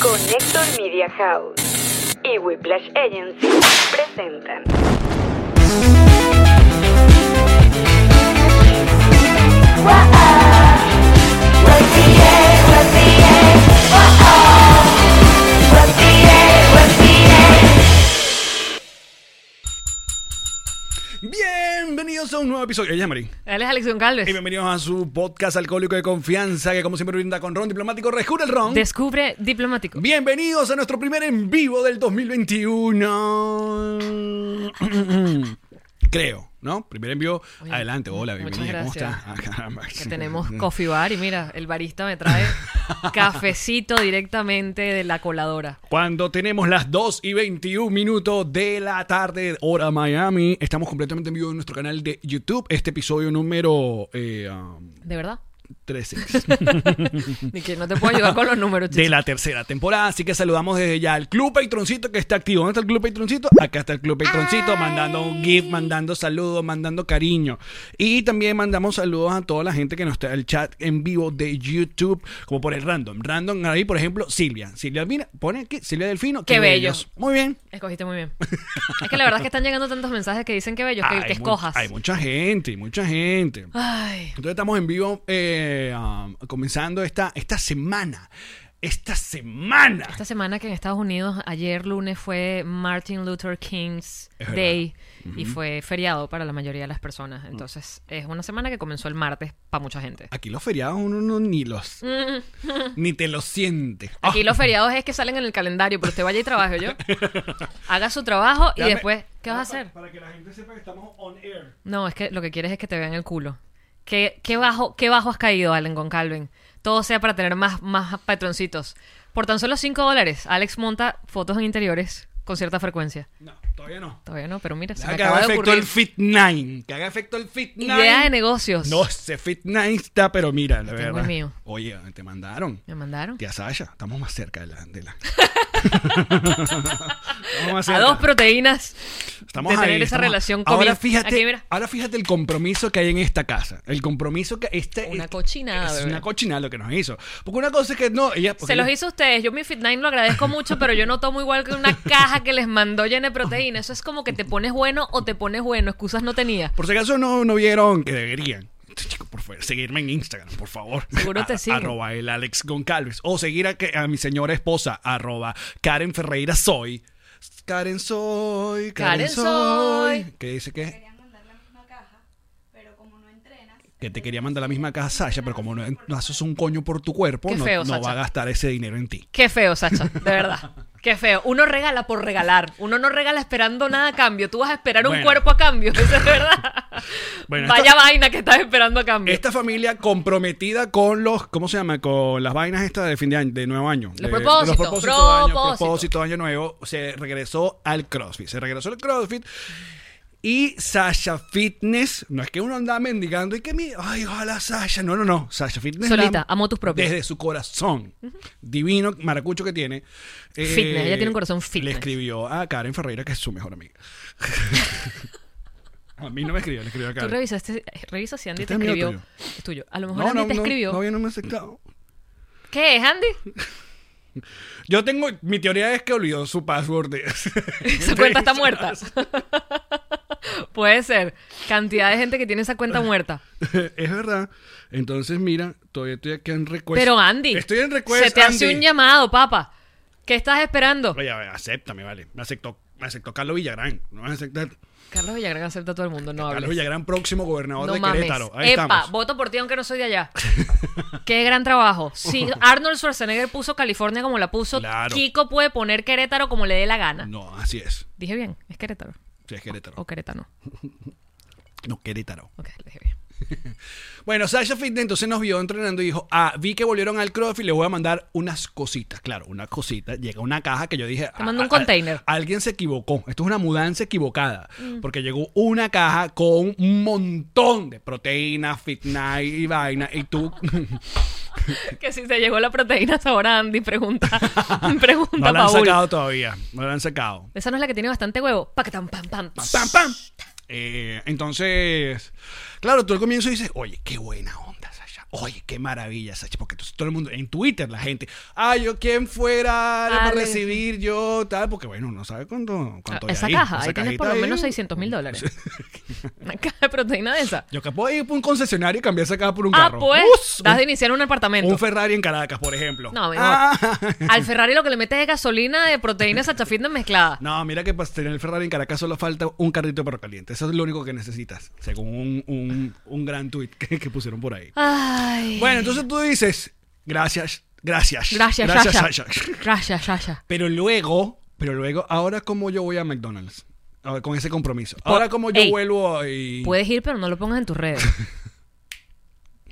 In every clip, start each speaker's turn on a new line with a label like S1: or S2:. S1: Connector Media House y Whiplash Agency presentan.
S2: Bienvenidos a un nuevo episodio. Ella es Marín.
S3: Él es Alexión Calves.
S2: Y bienvenidos a su podcast alcohólico de confianza que como siempre brinda con Ron Diplomático. Rescure el Ron.
S3: Descubre diplomático.
S2: Bienvenidos a nuestro primer en vivo del 2021. Creo, ¿no? Primer en vivo.
S3: Oye,
S2: Adelante, hola,
S3: muchas
S2: bienvenida. ¿Cómo
S3: gracias.
S2: estás? Ah, caramba.
S3: Que tenemos coffee bar y mira, el barista me trae cafecito directamente de la coladora.
S2: Cuando tenemos las 2 y 21 minutos de la tarde, hora Miami, estamos completamente en vivo en nuestro canal de YouTube. Este episodio número eh, um,
S3: ¿De verdad?
S2: 13.
S3: Ni que no te puedo ayudar con los números,
S2: de
S3: chico.
S2: la tercera temporada. Así que saludamos desde ya al Club Patroncito que está activo. ¿Dónde está el Club Patroncito? Acá está el Club Patroncito mandando un GIF, mandando saludos, mandando cariño. Y también mandamos saludos a toda la gente que nos está en el chat en vivo de YouTube, como por el random. Random ahí, por ejemplo, Silvia. Silvia Delfino, pone aquí, Silvia Delfino.
S3: Qué bello.
S2: bellos. Muy bien.
S3: Escogiste muy bien. Es que la verdad es que están llegando tantos mensajes que dicen que bellos, que, que
S2: mu-
S3: escojas.
S2: hay mucha gente, mucha gente.
S3: Ay.
S2: Entonces estamos en vivo eh, um, comenzando esta, esta semana. Esta semana.
S3: Esta semana que en Estados Unidos, ayer lunes, fue Martin Luther King's
S2: Es verdad.
S3: Day y fue feriado para la mayoría de las personas. Entonces, es una semana que comenzó el martes para mucha gente.
S2: Aquí los feriados uno no ni los ni te los siente.
S3: Mm. Aquí
S2: Ah,
S3: los feriados es que salen en el calendario, pero usted vaya y trabaje yo. Haga su trabajo y
S2: dame-
S3: después, ¿qué vas a hacer?
S2: Para que la gente sepa que estamos on air.
S3: No, es que lo que quieres es que te vean el culo. ¿Qué, qué bajo, qué bajo has caído, Allen Goncalven? Todo sea para tener más, más patroncitos. Por tan solo 5 dólares, Alex monta fotos en interiores con cierta frecuencia.
S2: No, todavía no.
S3: Todavía no, pero mira, se me
S2: que haga
S3: acaba de
S2: efecto
S3: ocurrir.
S2: el Fit 9. Que haga efecto el Fit 9.
S3: Idea de negocios.
S2: No sé, Fit 9 está, pero mira, la
S3: tengo el
S2: verdad.
S3: mío.
S2: Oye, te mandaron.
S3: ¿Me mandaron?
S2: Tía Sasha, estamos más cerca de la. De la. estamos más
S3: A
S2: cerca.
S3: dos proteínas.
S2: Estamos
S3: de tener
S2: ahí,
S3: esa
S2: estamos-
S3: relación con
S2: ahora fíjate,
S3: Aquí, mira.
S2: ahora fíjate el compromiso que hay en esta casa. El compromiso que este
S3: Una
S2: este-
S3: cochinada,
S2: es
S3: bebé.
S2: una cochinada lo que nos hizo. Porque una cosa es que no, ella porque
S3: Se los
S2: ella-
S3: hizo a ustedes. Yo mi Fit Nine lo agradezco mucho, pero yo no tomo igual que una caja que les mandó llena de proteína. Eso es como que te pones bueno o te pones bueno. Excusas no tenía.
S2: Por si acaso no, no vieron que deberían. Chicos, por favor, seguirme en Instagram, por favor.
S3: Seguro te
S2: A-
S3: siguen.
S2: Arroba el Alex Goncalves. O seguir a, que- a mi señora esposa, arroba Karen Ferreira Soy. Karen Soy, Karen,
S3: Karen
S2: soy.
S3: Soy.
S2: Que dice que,
S4: querían mandar la misma caja, pero como no entrenas,
S2: que te quería mandar la misma casa, Sasha, pero como no, no haces un coño por tu cuerpo,
S3: Qué
S2: no,
S3: feo,
S2: no
S3: Sacha.
S2: va a gastar ese dinero en ti.
S3: Qué feo, Sacha, de verdad. Qué feo. Uno regala por regalar. Uno no regala esperando nada a cambio. Tú vas a esperar
S2: Bueno.
S3: un cuerpo a cambio. Eso es verdad.
S2: Bueno,
S3: Vaya
S2: esta-
S3: vaina que estás esperando a cambio.
S2: Esta familia comprometida con los, ¿cómo se llama? Con las vainas estas de fin de año, de nuevo año. De- de
S3: propósitos,
S2: de año,
S3: propósitos.
S2: propósito de año nuevo. Se regresó al CrossFit. Se regresó al CrossFit. Y Sasha Fitness, no es que uno anda mendigando y que mi, ay, ojalá Sasha. No, no, no. Sasha Fitness.
S3: Solita,
S2: la-
S3: amó tus propios.
S2: Desde su corazón. Divino maracucho que tiene. Eh,
S3: Fitness, ella tiene un corazón
S2: Le
S3: fitness.
S2: escribió a Karen Ferreira, que es su mejor amiga. a mí no me escribió, le escribió a
S3: Tú
S2: Karen.
S3: revisaste, revisa si Andy
S2: Este es
S3: te
S2: mío,
S3: escribió.
S2: tuyo.
S3: Es tuyo. A lo mejor Andy te escribió.
S2: No, yo no me he aceptado.
S3: ¿Qué es, Andy?
S2: Yo tengo, mi teoría es que olvidó su password. de-
S3: Esa cuenta está muerta. Puede ser. Cantidad de gente que tiene esa cuenta muerta.
S2: es verdad. Entonces, mira, todavía estoy aquí en request.
S3: Pero Andy,
S2: Pues, Estoy en request,
S3: se te hace
S2: Andy.
S3: un llamado, papá. ¿Qué estás esperando?
S2: Oye, a ver, acéptame, vale. Me aceptó, me aceptó Carlos Villagrán. No me acepta
S3: Carlos Villagrán acepta a todo el mundo, no
S2: Carlos
S3: hables.
S2: Villagrán, próximo gobernador
S3: No
S2: de
S3: mames.
S2: Querétaro. Ahí
S3: Epa,
S2: estamos.
S3: voto por ti aunque no soy de allá. Qué gran trabajo. Si Arnold Schwarzenegger puso California como la puso,
S2: Claro.
S3: Kiko puede poner Querétaro como le dé la gana.
S2: No, así es.
S3: Dije bien, es Querétaro
S2: Sí, es Querétaro.
S3: o Querétano.
S2: No, Querétaro.
S3: Ok, le dije bien.
S2: Bueno, Sasha Fitness entonces nos vio entrenando y dijo, ah, vi que volvieron al CrossFit, le voy a mandar unas cositas. Claro, una cosita. Llega una caja que yo dije...
S3: Te mando
S2: "Ah,
S3: un
S2: ah,
S3: container". Mm.
S2: alguien se equivocó. Esto es una mudanza equivocada. Porque llegó una caja con un montón de proteínas, fitness y vaina. Y tú...
S3: Que si te llegó la proteína hasta ahora, Andy, pregunta. pregunta,
S2: no la han
S3: Paul.
S2: sacado todavía. No la han sacado.
S3: Esa no es la que tiene bastante huevo. Paquetam, pam, pam.
S2: Pam, pam, pam. Eh, entonces, claro, tú al comienzo dices, oye, qué buena onda, Sasha. Oye, qué maravilla, Sachi, porque entonces todo el mundo, en Twitter la gente, ah, yo quién fuera para
S3: Ale.
S2: recibir yo, tal, porque bueno, no sabe cuánto, cuánto hay
S3: Ah, esa
S2: ahí,
S3: caja,
S2: esa
S3: ahí tienes por
S2: cajita
S3: lo
S2: ahí.
S3: menos 600 mil dólares. Una caja de proteína de esa.
S2: Yo que puedo ir por un concesionario y cambiar esa caja por un
S3: Ah,
S2: carro.
S3: pues,
S2: Us,
S3: das de
S2: un,
S3: iniciar un apartamento.
S2: un Ferrari en Caracas, por ejemplo.
S3: No, mi amor.
S2: Ah.
S3: Al Ferrari lo que le metes es gasolina de proteína de mezclada.
S2: No, mira que para tener el Ferrari en Caracas solo falta un carrito de perro caliente. Eso es lo único que necesitas, según un, un- un gran tweet que, que pusieron por ahí.
S3: Ay.
S2: Bueno, entonces tú dices, gracias, gracias.
S3: gracias,
S2: gracias,
S3: Sasha.
S2: Sasha.
S3: Gracias, Sasha.
S2: Pero luego, pero luego, ahora como yo voy a McDonald's Ahora, con ese compromiso. Ahora como yo
S3: Ey.
S2: vuelvo y...
S3: Puedes ir, pero no lo pongas en tus redes.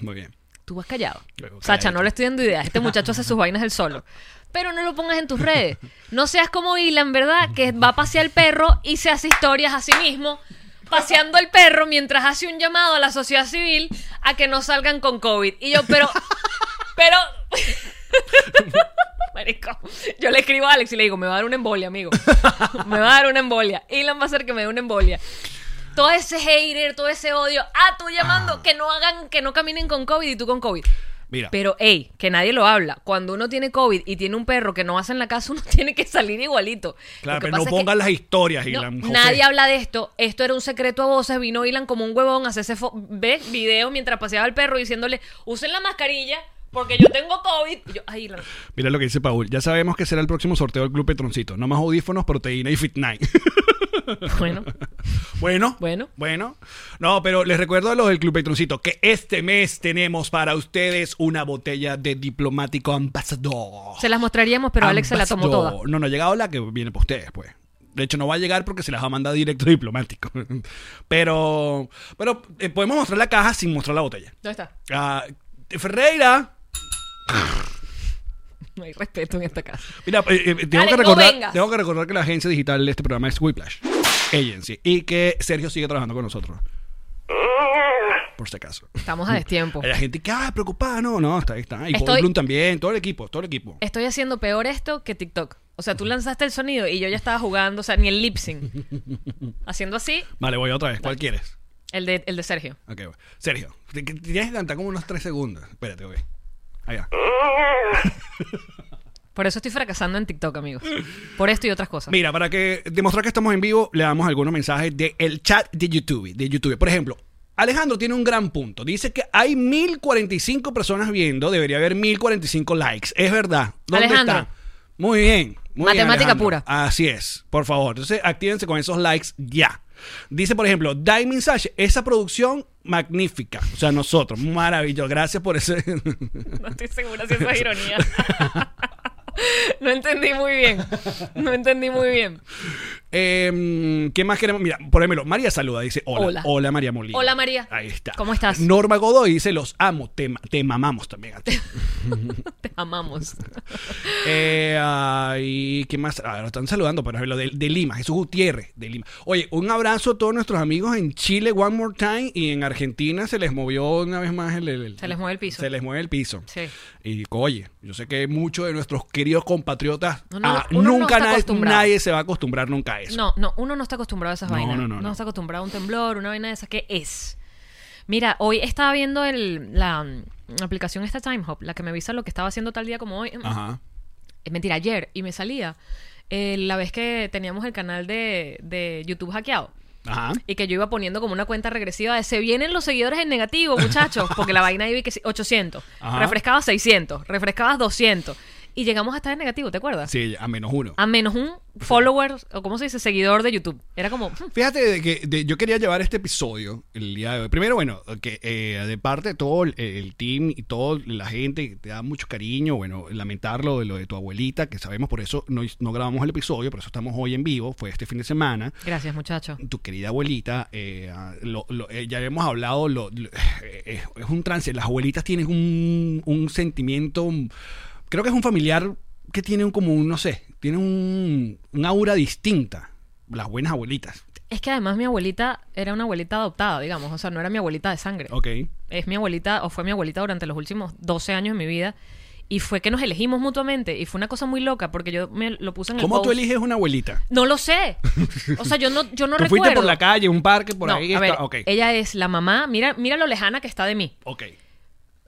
S2: Muy bien.
S3: Tú vas callado.
S2: Luego,
S3: Sacha,
S2: calladito.
S3: no le estoy dando ideas. Este muchacho hace sus vainas él solo. Pero no lo pongas en tus redes. No seas como Ilan, ¿verdad? Que va a pasear el perro y se hace historias a sí mismo, paseando el perro mientras hace un llamado a la sociedad civil a que no salgan con COVID. Y yo, pero. Pero. Marico, yo le escribo a Alex y le digo, me va a dar una embolia, amigo. Me va a dar una embolia. Ilan va a hacer que me dé una embolia. Todo ese hater, todo ese odio. Ah, tú llamando que no hagan, que no caminen con COVID y tú con COVID.
S2: Mira.
S3: Pero, hey, que nadie lo habla. Cuando uno tiene COVID y tiene un perro que no hace en la casa, uno tiene que salir igualito.
S2: claro,
S3: Lo que
S2: pero no
S3: pasa es que-
S2: pongan las historias,
S3: No,
S2: Ilan, José.
S3: nadie habla de esto. Esto era un secreto a voces. Vino Ilan como un huevón a hacerse fo- ve video mientras paseaba al perro diciéndole, usen la mascarilla porque yo tengo COVID. Y yo, ay, Ilan.
S2: Mira lo que dice Paul. Ya sabemos que será el próximo sorteo del Club Petroncito. No más audífonos, proteína y Fit Night.
S3: Bueno,
S2: Bueno,
S3: Bueno.
S2: bueno. No, pero les recuerdo a los del Club Patroncito que este mes tenemos para ustedes una botella de diplomático ambasador.
S3: se las mostraríamos, pero Alex se la tomó
S2: Ambassador.
S3: toda.
S2: Ah, pues, No, no ha llegado la que viene para ustedes, pues. De hecho, no va a llegar porque se las va a mandar directo diplomático. Pero, pero eh, podemos mostrar la caja sin mostrar la botella.
S3: ¿Dónde está?
S2: Ah, Ferreira,
S3: No hay respeto en esta casa.
S2: Mira, eh, eh, tengo,
S3: Alex,
S2: que
S3: no
S2: recordar,
S3: vengas.
S2: tengo que recordar que la agencia digital de este programa es Whiplash Agency y que Sergio sigue trabajando con nosotros. Por si acaso.
S3: Estamos a destiempo.
S2: Hay gente que, ah, preocupada, no, no, está ahí, está. Y Paul
S3: Estoy-
S2: Bloom también, todo el equipo, todo el equipo.
S3: Estoy haciendo peor esto que TikTok. O sea, tú lanzaste el sonido y yo ya estaba jugando, o sea, ni el lip sync. Haciendo así,
S2: Vale, voy otra vez, ¿cuál quieres?
S3: el de, el de Sergio.
S2: Ok, voy. Sergio, te- que tienes que cantar como unos tres segundos. Espérate, ok. Ahí va.
S3: Por eso estoy fracasando en TikTok, amigos. Por esto y otras cosas.
S2: Mira, para que demostrar que estamos en vivo, le damos algunos mensajes del chat de YouTube, de YouTube. Por ejemplo, Alejandro tiene un gran punto. Dice que hay 1045 personas viendo, debería haber 1045 likes. Es verdad. ¿Dónde
S3: Alejandro.
S2: está? Muy bien. muy bien,
S3: Matemática
S2: Alejandro.
S3: pura.
S2: Así es, por favor. Entonces, actívense con esos likes ya. Dice, por ejemplo, Diamond Sash, esa producción magnífica. O sea, nosotros, maravilloso. Gracias por ese.
S3: No estoy segura si eso es ironía. No entendí muy bien. No entendí muy bien.
S2: Eh, ¿Qué más queremos? Mira, por ejemplo, María saluda, dice hola. Hola,
S3: Hola.
S2: María Molina.
S3: Hola, María.
S2: Ahí está.
S3: ¿Cómo estás?
S2: Norma Godoy dice, los amo, te, ma- te mamamos también a ti.
S3: Te amamos.
S2: Eh, ay, ¿qué más? Ah, nos están saludando, por ejemplo, de, de Lima, Jesús Gutiérrez, de Lima. Oye, un abrazo a todos nuestros amigos en Chile, One More Time, y en Argentina se les movió una vez más el... el-
S3: Se les mueve el piso.
S2: Se les mueve el piso.
S3: Sí.
S2: Y oye, yo sé que muchos de nuestros queridos compatriotas
S3: Uno-
S2: ah,
S3: uno no
S2: nunca
S3: está
S2: nadie,
S3: acostumbrado.
S2: nadie se va a acostumbrar nunca a eso.
S3: No, no, uno no está acostumbrado a esas
S2: No,
S3: vainas.
S2: no, no, no.
S3: está acostumbrado a un temblor, una vaina de esas. ¿Qué es? Mira, hoy estaba viendo el, la mm, aplicación esta Time Hop, la que me avisa lo que estaba haciendo tal día como hoy.
S2: Ajá.
S3: Es Eh, mentira, ayer. Y me salía eh, la vez que teníamos el canal de, de YouTube hackeado.
S2: Ajá.
S3: Y que yo iba poniendo como una cuenta regresiva de se vienen los seguidores en negativo, muchachos. Porque la vaina iba y que sí, 800.
S2: Ajá.
S3: Refrescabas 600. Refrescabas 200. Y llegamos a estar en negativo, ¿te acuerdas?
S2: Sí, a menos uno.
S3: A menos un follower, o cómo se dice, seguidor de YouTube. Era como, hmm,
S2: Fíjate de que de- yo quería llevar este episodio el día de hoy. Primero, bueno, que eh, de parte de todo el, el team y toda la gente que te da mucho cariño, bueno, lamentar lo de, lo de tu abuelita, que sabemos por eso no, no grabamos el episodio, por eso estamos hoy en vivo, fue este fin de semana.
S3: gracias, muchacho.
S2: Tu querida abuelita, eh, ah, lo- lo- eh, ya hemos hablado, lo- lo- eh, eh, es un trance. Las abuelitas tienen un, un sentimiento, creo que es un familiar que tiene un, como un, no sé, tiene un, un aura distinta. Las buenas abuelitas.
S3: Es que además mi abuelita era una abuelita adoptada, digamos. O sea, no era mi abuelita de sangre.
S2: Ok.
S3: es mi abuelita o fue mi abuelita durante los últimos 12 años de mi vida y fue que nos elegimos mutuamente y fue una cosa muy loca porque yo me lo puse en el
S2: ¿Cómo tú
S3: post.
S2: eliges una abuelita?
S3: No lo sé. O sea, yo no yo no
S2: ¿Tú
S3: recuerdo.
S2: fuiste por la calle, un parque, por
S3: No,
S2: ahí?
S3: a
S2: está-
S3: ver,
S2: ok.
S3: ella es la mamá, mira mira lo lejana que está de mí.
S2: Ok.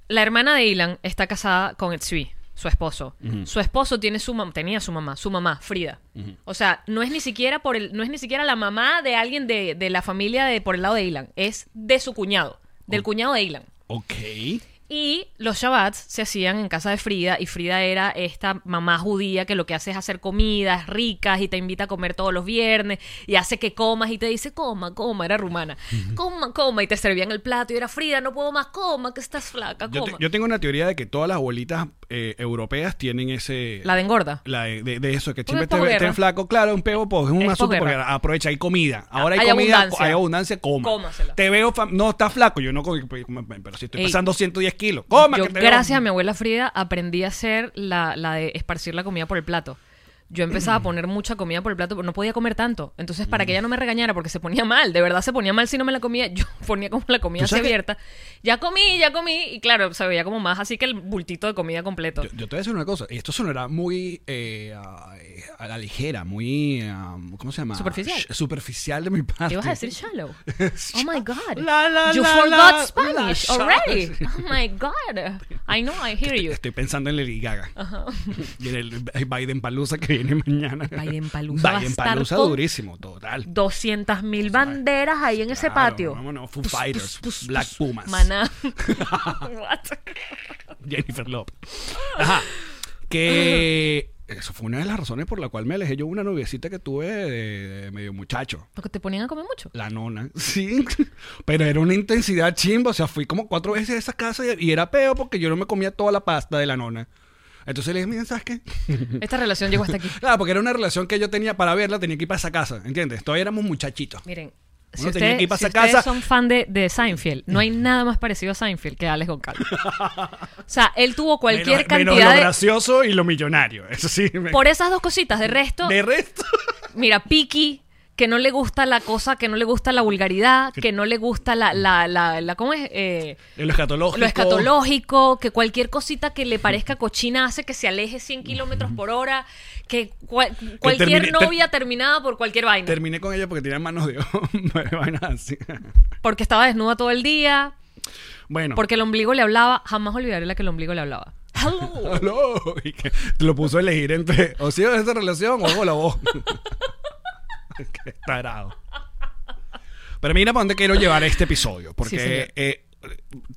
S3: la hermana de Ilan está casada con Etsui, su esposo. Su esposo tiene su mam- tenía su mamá, su mamá, Frida. O sea, no es ni siquiera por el, no es ni siquiera la mamá de alguien de, de la familia de por el lado de Ilan, es de su cuñado, del cuñado de Ilan.
S2: Ok.
S3: Y los Shabbats se hacían en casa de Frida, y Frida era esta mamá judía que lo que hace es hacer comidas ricas y te invita a comer todos los viernes y hace que comas y te dice, coma, coma, era rumana, coma, coma, y te servían el plato y era Frida, no puedo más, coma, que estás flaca,
S2: Yo, te-
S3: coma.
S2: yo tengo una teoría de que todas las abuelitas eh, europeas tienen ese...
S3: La de engorda.
S2: la de, de- de eso, que
S3: Porque
S2: siempre
S3: es
S2: te ven-
S3: posguerra.
S2: te ven flaco, claro, un peo pues, es un
S3: Es
S2: asunto porque
S3: posguerra.
S2: aprovecha, hay comida. Ahora hay,
S3: Hay
S2: comida,
S3: abundancia.
S2: hay abundancia, coma.
S3: Cómasela.
S2: Te veo, fam- no, estás flaco, yo no como, pero si estoy
S3: Ey.
S2: pesando 110 kilos, coma.
S3: Yo,
S2: que te veo-
S3: gracias a mi abuela Frida, aprendí a hacer la, la de esparcir la comida por el plato. Yo
S2: Mm.
S3: empezaba a poner mucha comida por el plato, pero no podía comer tanto. Entonces, para que ella no me regañara, porque se ponía mal, de verdad se ponía mal si no me la comía, yo ponía como la comida
S2: ¿Tú
S3: así
S2: sabes que-
S3: abierta. Ya comí, ya comí, y claro, se veía como más así que el bultito de comida completo.
S2: Yo, yo te voy a decir una cosa, y esto sonará muy eh, a, a la ligera, muy, um, ¿cómo se llama?
S3: Superficial.
S2: Sh- superficial de mi parte.
S3: ¿Qué vas a decir shallow? Oh my God.
S2: La, la,
S3: you
S2: la,
S3: forgot
S2: la,
S3: Spanish
S2: la,
S3: already.
S2: shallow. Este,
S3: Oh my God. I know, I hear you.
S2: Estoy pensando en Lady Gaga. Y en el Biden Palusa que viene mañana.
S3: Bidenpalooza va a
S2: Biden
S3: estar
S2: Palusa
S3: con-
S2: durísimo, total.
S3: 200 mil banderas ahí en ese
S2: Este, Claro,
S3: patio.
S2: Vámonos, Foo Fighters, Black Pumas,
S3: Maná. What?
S2: Jennifer Lopez. Ajá. Que eso fue una de las razones por la cual me alejé yo de una noviecita que tuve de, de medio muchacho.
S3: Porque te ponían a comer mucho.
S2: La nona, sí, pero era una intensidad chimba. O sea, fui como cuatro veces a esa casa y, y era peo porque yo no me comía toda la pasta de la nona. Entonces le dije, mira, ¿sabes qué?
S3: Esta relación llegó hasta aquí.
S2: Claro, porque era una relación que yo tenía para verla, tenía que ir para esa casa, ¿entiendes? Todavía éramos muchachitos.
S3: Miren, si,
S2: Uno tenía
S3: usted-
S2: que ir para
S3: si
S2: esa
S3: ustedes
S2: casa.
S3: son fan de, de Seinfeld, no hay nada más parecido a Seinfeld que Alex Goncalves. O sea, él tuvo cualquier
S2: Menos- menos
S3: cantidad
S2: lo
S3: de...
S2: gracioso y lo millonario. Eso sí. me-
S3: Por esas dos cositas, de resto,
S2: De resto.
S3: mira, Piki, que no le gusta la cosa, que no le gusta la vulgaridad, que no le gusta la... la, la, la- ¿Cómo es? Eh,
S2: Lo escatológico.
S3: lo escatológico, que cualquier cosita que le parezca cochina hace que se aleje 100 kilómetros por hora, que cual- cualquier
S2: termine- ter-
S3: novia terminada por cualquier vaina.
S2: Terminé con ella porque tenía manos de hombre. vainas así.
S3: porque estaba desnuda todo el día,
S2: Bueno.
S3: porque el ombligo le hablaba. Jamás olvidaré la que el ombligo le hablaba. Hello.
S2: Aló, y que te lo puso a elegir entre o sigo en esta relación o hago la voz. Qué tarado. Pero mira para dónde quiero llevar este episodio. Porque
S3: Sí, señor.
S2: eh,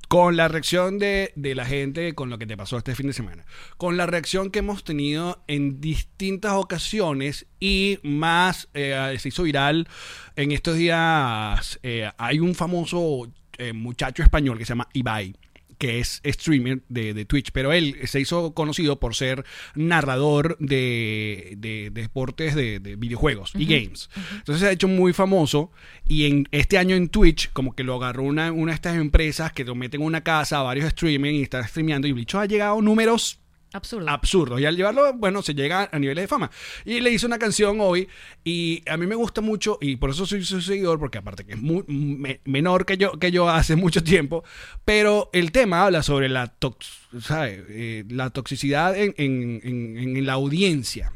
S2: con la reacción de, de la gente, con lo que te pasó este fin de semana, con la reacción que hemos tenido en distintas ocasiones y más eh, se hizo viral en estos días, eh, hay un famoso eh, muchacho español que se llama Ibai que es streamer de, de Twitch, pero él se hizo conocido por ser narrador de, de- de deportes de, de videojuegos y games. Entonces se ha hecho muy famoso y en este año en Twitch como que lo agarró una, una de estas empresas que lo meten en una casa a varios streaming y está streameando y el bicho ha llegado a números
S3: Absurdo.
S2: absurdo. Y al llevarlo, bueno, se llega a niveles de fama. Y le hice una canción hoy y a mí me gusta mucho y por eso soy su seguidor, porque aparte que es mu- me- menor que yo, que yo hace mucho tiempo, pero el tema habla sobre la, tox- ¿sabe? Eh, la toxicidad en- en- en- en la audiencia.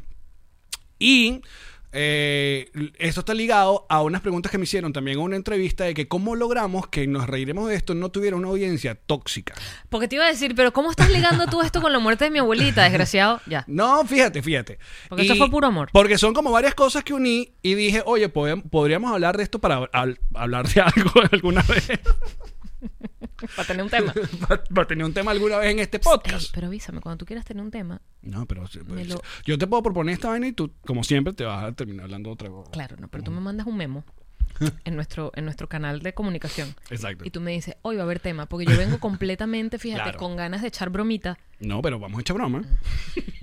S2: Y eh, esto está ligado a unas preguntas que me hicieron también a una entrevista de que cómo logramos que nos reiremos de esto no tuviera una audiencia tóxica.
S3: Porque te iba a decir, pero ¿cómo estás ligando tú esto con la muerte de mi abuelita, desgraciado? Ya.
S2: No, fíjate, fíjate.
S3: Porque eso fue puro amor.
S2: Porque son como varias cosas que uní y dije, oye, podem- podríamos hablar de esto para hab- hablar de algo alguna vez.
S3: Para tener un tema.
S2: para, para tener un tema alguna vez en este
S3: Ey,
S2: podcast.
S3: pero avísame, cuando tú quieras tener un tema.
S2: No, pero sí, pues,
S3: lo-
S2: yo te puedo proponer esta vaina y tú, como siempre, te vas a terminar hablando otra cosa.
S3: Claro, no, pero tú me mandas un memo en nuestro, en nuestro canal de comunicación.
S2: Exacto.
S3: Y tú me dices, hoy va a haber tema, porque yo vengo completamente, fíjate,
S2: Claro.
S3: con ganas de echar bromita.
S2: No, pero vamos a echar broma.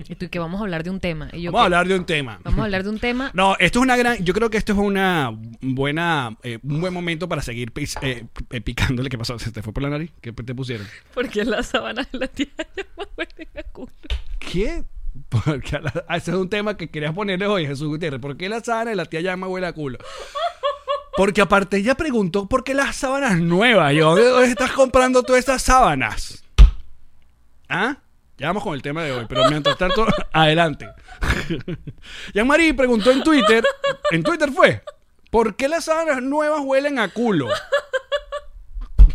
S3: Y tú, que vamos a hablar de un tema. Y Mm, yo,
S2: Vamos a
S3: ¿qué?
S2: hablar de un tema.
S3: Vamos a hablar de un tema.
S2: No, esto es una gran. Yo creo que esto es una buena, eh, un buen momento para seguir pis- eh, eh, picándole. ¿Qué pasó? ¿Se te fue por la nariz? ¿Qué te pusieron?
S3: Porque la sábana de la tía ya me huelen a culo.
S2: ¿Qué? Porque a la- ah, ese es un tema que querías ponerle hoy, Jesús Gutiérrez. ¿Por qué la sábana de la tía llama huele a culo? Porque aparte ella preguntó por qué las sábanas nuevas. Yo, ¿de dónde estás comprando tú esas sábanas? ¿Ah? Ya vamos con el tema de hoy, pero mientras tanto, adelante. Jean-Marie preguntó en Twitter, en Twitter fue, ¿por qué las sábanas nuevas huelen a culo?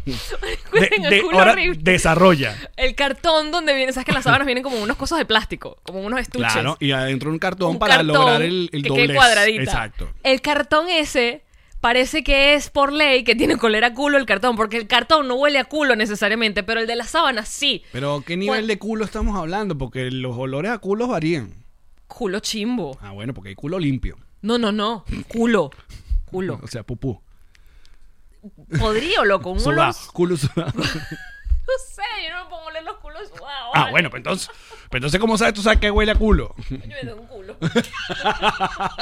S2: De-
S3: en el
S2: de-
S3: culo
S2: ahora
S3: horrible.
S2: desarrolla.
S3: El cartón donde viene, sabes que las sábanas vienen como unos cosas de plástico, como unos estuches.
S2: Claro, y adentro un cartón
S3: un
S2: para
S3: cartón
S2: lograr el, el
S3: que
S2: doblez.
S3: quede cuadradita.
S2: Exacto.
S3: El cartón ese parece que es por ley que tiene colera a culo el cartón, porque el cartón no huele a culo necesariamente, pero el de las sábanas sí.
S2: Pero ¿qué nivel
S3: Bueno.
S2: de culo estamos hablando? Porque los olores a culos varían.
S3: Culo chimbo.
S2: Ah, bueno, porque hay culo limpio.
S3: No, no, no. Culo. Culo.
S2: O sea, pupú.
S3: Podría, loco. Un olor.
S2: Sudá, culo sudá.
S3: No sé, yo no me puedo oler los culos sudados.
S2: Ah, bueno, pues entonces, pues entonces ¿cómo sabes tú sabes que huele a culo?
S3: Yo me doy un culo.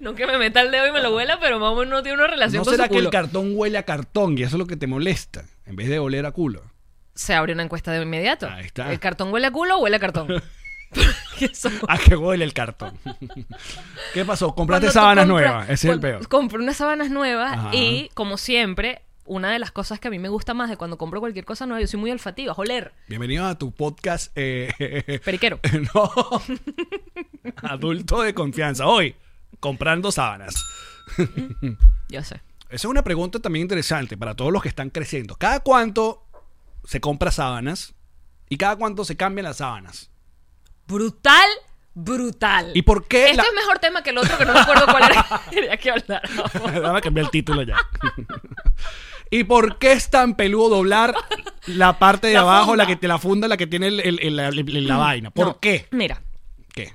S3: no que me meta el dedo y me lo huela, pero más o menos no tiene una relación
S2: ¿No
S3: con
S2: será
S3: su
S2: que el
S3: culo.
S2: cartón huele a cartón y eso es lo que te molesta? En vez de oler a culo.
S3: Se abre una encuesta de inmediato.
S2: Ahí está.
S3: ¿El cartón huele a culo o huele a cartón? ¿Qué son?
S2: ¿A qué Ah, huele el cartón? ¿Qué pasó? Compraste
S3: Cuando tú
S2: sábanas
S3: compras-
S2: nuevas. Ese es el
S3: cuando-
S2: peor.
S3: Compré unas sábanas nuevas
S2: Ajá.
S3: y, como siempre, una de las cosas que a mí me gusta más de cuando compro cualquier cosa nueva, yo soy muy olfativa, es oler.
S2: Bienvenido a tu podcast. eh,
S3: Periquero.
S2: no. Adulto de confianza. Hoy, comprando sábanas.
S3: Yo sé.
S2: Esa es una pregunta también interesante para todos los que están creciendo. ¿Cada cuánto se compra sábanas? ¿Y cada cuánto se cambian las sábanas?
S3: Brutal, brutal.
S2: ¿Y por qué
S3: Este
S2: la-
S3: es mejor tema que el otro que no recuerdo cuál era. Tenía que hablar.
S2: Vamos a cambiar el título ya. ¿Y por qué es tan peludo doblar la parte de
S3: La
S2: abajo,
S3: funda.
S2: la
S3: Mm.
S2: que te la funda, la que tiene el- el- el- la- el- la vaina? ¿Por
S3: No,
S2: qué?
S3: Mira,
S2: ¿Qué?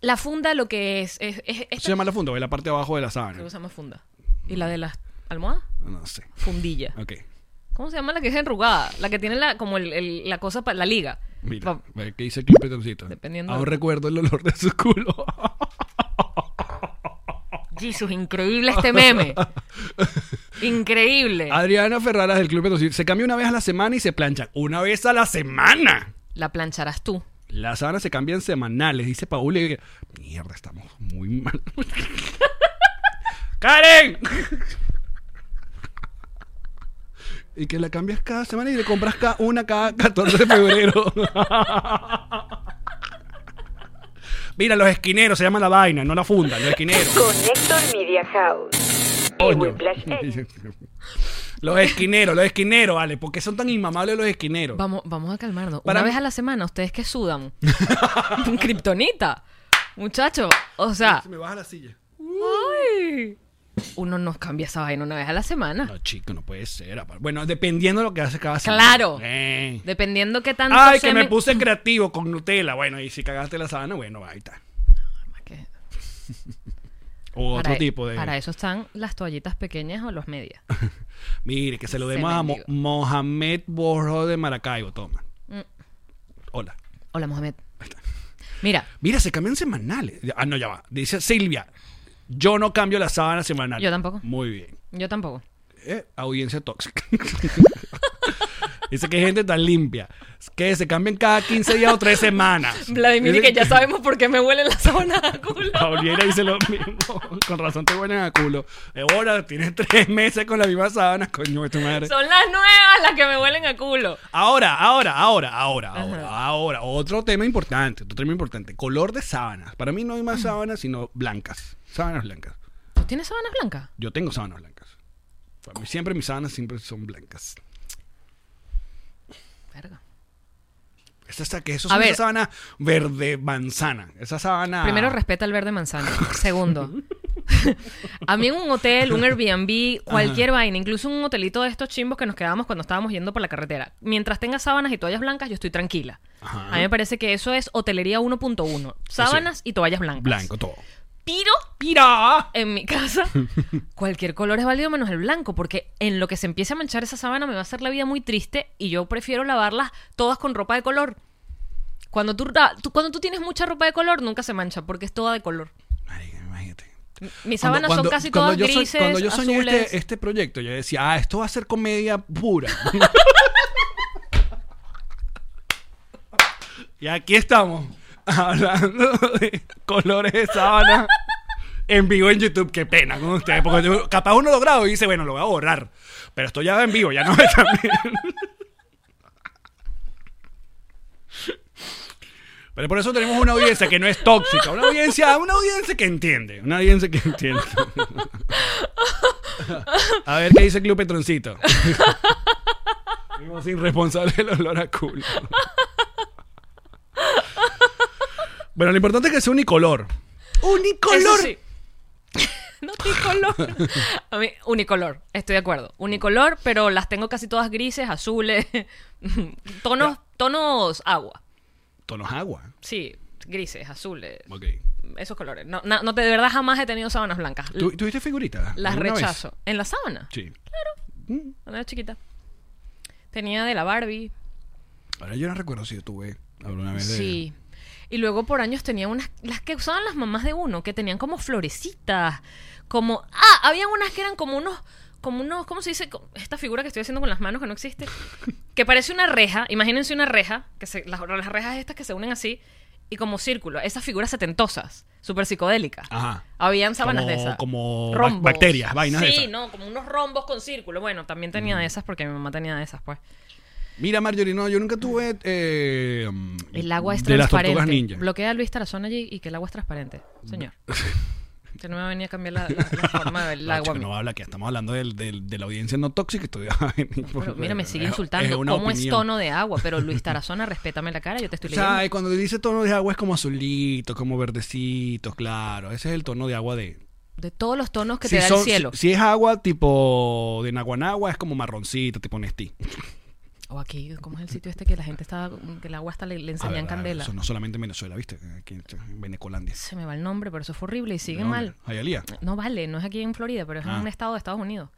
S3: la funda lo que es. es, es
S2: ¿Se
S3: esta
S2: llama la funda o es la parte de abajo de la
S3: creo
S2: sábana?
S3: que se llama funda. ¿Y la de las almohadas?
S2: No sé.
S3: Fundilla.
S2: Ok.
S3: ¿Cómo se llama la que es enrugada? La que tiene la, como el- el- la cosa, pa- la liga.
S2: Mira,
S3: Pa-
S2: a ver, ¿qué dice el Clipetoncito?
S3: Dependiendo
S2: Aún
S3: de-
S2: recuerdo el olor de su culo.
S3: Jesus, increíble este meme. Increíble.
S2: Adriana Ferraras del Club Petrosil se cambia una vez a la semana y se planchan. Una vez a la semana.
S3: La plancharás tú.
S2: Las sábanas se cambian semanales, dice Paul. Y mierda, estamos muy mal. ¡Karen! y que la cambias cada semana y le compras ca- una cada 14 de febrero. Mira, los esquineros se llama la vaina, no la funda, los esquineros.
S1: Con Héctor Media House. En
S2: Coño.
S1: Whiplash Agency.
S2: Los esquineros, los esquineros, vale. ¿Por qué son tan inmamables los esquineros?
S3: Vamos, vamos a calmarnos.
S2: Para
S3: Una
S2: mí-
S3: vez a la semana, ustedes que sudan. Kryptonita. Muchacho, o sea,
S2: Se me baja la silla.
S3: ¡ay! uno nos cambia esa vaina una vez a la semana.
S2: No, chico, no puede ser. apa- Bueno, dependiendo de lo que hace cada semana.
S3: Claro.
S2: Eh.
S3: Dependiendo qué tanto
S2: Ay, que me
S3: semen-
S2: puse creativo con Nutella. Bueno, y si cagaste la sábana, bueno, ahí está.
S3: Que-
S2: O otro
S3: para- e-
S2: tipo de.
S3: Para eso están las toallitas pequeñas o los medias.
S2: Mire, que saludemos
S3: Se
S2: a Mo-
S3: bendiga.
S2: Mohamed Borro de Maracaibo. Toma.
S3: Mm.
S2: Hola.
S3: Hola, Mohamed. Mira,
S2: Mira, se cambian semanales. Ah, no, ya va. Dice Silvia. Yo no cambio la sábana semanal.
S3: Yo tampoco.
S2: Muy bien.
S3: yo tampoco.
S2: Eh, audiencia tóxica. Dice que hay gente tan limpia. Que se cambian cada 15 días o 3 semanas.
S3: Vladimir, y
S2: Dice
S3: que ya sabemos por qué me huele la sábana a culo.
S2: Paulina dice lo mismo. Con razón te huelen a culo. Eh, Ahora tienes tres meses con la misma sábana, coño de tu madre.
S3: Son las nuevas las que me huelen a culo.
S2: Ahora, ahora, ahora, ahora,
S3: Ajá.
S2: ahora, ahora. Otro tema importante, otro tema importante. Color de sábanas. Para mí no hay más sábanas sino blancas. Sábanas blancas.
S3: ¿Tú tienes sábanas blancas?
S2: Yo tengo sábanas blancas. Para mí siempre mis sábanas siempre son blancas.
S3: Verga.
S2: Esa está que eso
S3: A
S2: es una
S3: ver.
S2: sábana verde manzana. Esa sábana.
S3: Primero, respeta el verde manzana. Segundo, a mí en un hotel, un Airbnb, cualquier vaina, incluso un hotelito de estos chimbos que nos quedábamos cuando estábamos yendo por la carretera. Mientras tenga sábanas y toallas blancas, yo estoy tranquila.
S2: Ajá.
S3: A mí me parece que eso es hotelería 1.1. Sábanas y toallas blancas.
S2: Blanco todo.
S3: Tiro
S2: ¡Mira!
S3: en mi casa. Cualquier color es válido menos el blanco, porque en lo que se empiece a manchar esa sábana me va a hacer la vida muy triste y yo prefiero lavarlas todas con ropa de color. Cuando tú, ra- tú- cuando tú tienes mucha ropa de color, nunca se mancha, porque es toda de color.
S2: Marica, imagínate.
S3: Mis sábanas son casi
S2: cuando
S3: todas
S2: yo soñ-
S3: grises,
S2: Cuando yo soñé
S3: azules.
S2: este, este proyecto, yo decía, ah, esto va a ser comedia pura. y aquí estamos, hablando de colores de sábana en vivo en YouTube. Qué pena con ustedes, porque yo- capaz uno lo graba y dice, bueno, lo voy a borrar. Pero esto ya va en vivo, ya no me también. Pero por eso tenemos una audiencia que no es tóxica, una audiencia, una audiencia que entiende, una audiencia que entiende. A ver qué dice Club Petroncito. Vimos irresponsable el olor a culo. Bueno, lo importante es que sea unicolor.
S3: Eso
S2: ¡Unicolor!
S3: sí. No tricolor. A mí, unicolor, estoy de acuerdo. Unicolor, pero las tengo casi todas grises, azules, tonos, tonos agua.
S2: Tonos agua.
S3: Sí, grises, azules,
S2: Ok.
S3: esos colores. No, na- no te- de verdad jamás he tenido sábanas blancas.
S2: ¿Tú- ¿Tuviste figuritas?
S3: Las
S2: ¿Alguna vez?
S3: rechazo. ¿En la sábana?
S2: Sí.
S3: Cuando era chiquita. Tenía de la Barbie.
S2: Ahora yo no recuerdo si yo tuve alguna vez. de-
S3: Sí. Y luego por años tenía unas, las que usaban las mamás de uno, que tenían como florecitas, como, ah, habían unas que eran como unos, como unos, ¿cómo se dice? Co- Esta figura que estoy haciendo con las manos que no existe, que parece una reja, imagínense una reja, que se, las, las rejas estas que se unen así, y como círculo, esas figuras setentosas, súper psicodélicas.
S2: Ajá.
S3: Habían sábanas
S2: Como-
S3: de esas.
S2: como bac-
S3: Rombos.
S2: bacterias, vainas
S3: Sí,
S2: de esas. Mm.
S3: no, como unos rombos con círculo. Bueno, también tenía de esas porque mi mamá tenía de esas, pues.
S2: Mira, Marjorie, no, yo nunca tuve. eh, mm,
S3: El agua es
S2: De las
S3: transparente.
S2: tortugas ninja.
S3: Bloquea a Luis Tarazón allí y que el agua es transparente, señor. Usted no me va a venir a cambiar la, la- la forma del
S2: No,
S3: agua. a
S2: Ah, chico,
S3: mí.
S2: no habla que estamos hablando del- del- de la audiencia no tóxica. Estoy...
S3: Pero mira, me sigue
S2: pues, Es-
S3: insultando.
S2: es una
S3: ¿Cómo es
S2: opinión.
S3: tono de agua? Pero Luis Tarazona, respétame la cara, yo te estoy
S2: O sea,
S3: leyendo.
S2: eh, cuando dice tono de agua es como azulito, como verdecito, claro. Ese es el tono de agua de.
S3: De todos los tonos que
S2: si,
S3: te da
S2: son-
S3: el cielo.
S2: si, si es agua tipo de Naguanagua, es como marroncito, tipo Nestí.
S3: O aquí, ¿cómo es el sitio este que la gente está, que el agua hasta le,
S2: Ah,
S3: le enseñan
S2: verdad,
S3: candela?
S2: Eso no solamente en Venezuela, ¿viste? Aquí en Venecolandia.
S3: Se me va el nombre, pero eso fue horrible y sigue
S2: No,
S3: mal.
S2: Jayalía.
S3: No vale, no es aquí en Florida, pero es
S2: Ah.
S3: en un estado de Estados Unidos.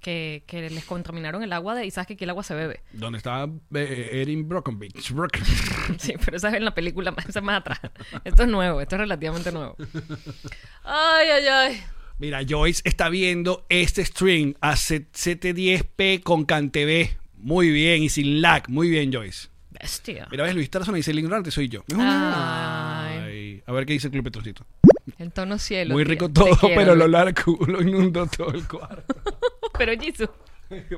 S3: Que, que les contaminaron el agua de, y sabes que aquí el agua se bebe.
S2: Donde estaba eh, Erin Brockovich. Brock-
S3: Sí, pero esa es en la película, más- esa es más atrás. Esto es nuevo, esto es relativamente nuevo. Ay, ay, ay.
S2: Mira, Joyce está viendo este stream a 710p con CanTV. Muy bien, y sin lag. Muy bien, Joyce.
S3: Bestia.
S2: Mira, ves, Luis Tarzón dice el ignorante soy yo.
S3: Ay.
S2: Ay. A ver qué dice el Club Petrocito.
S3: El tono cielo.
S2: Muy
S3: tía,
S2: rico
S3: te
S2: todo,
S3: quiero.
S2: pero lo largo lo inundó todo el cuarto.
S3: Pero Jisoo,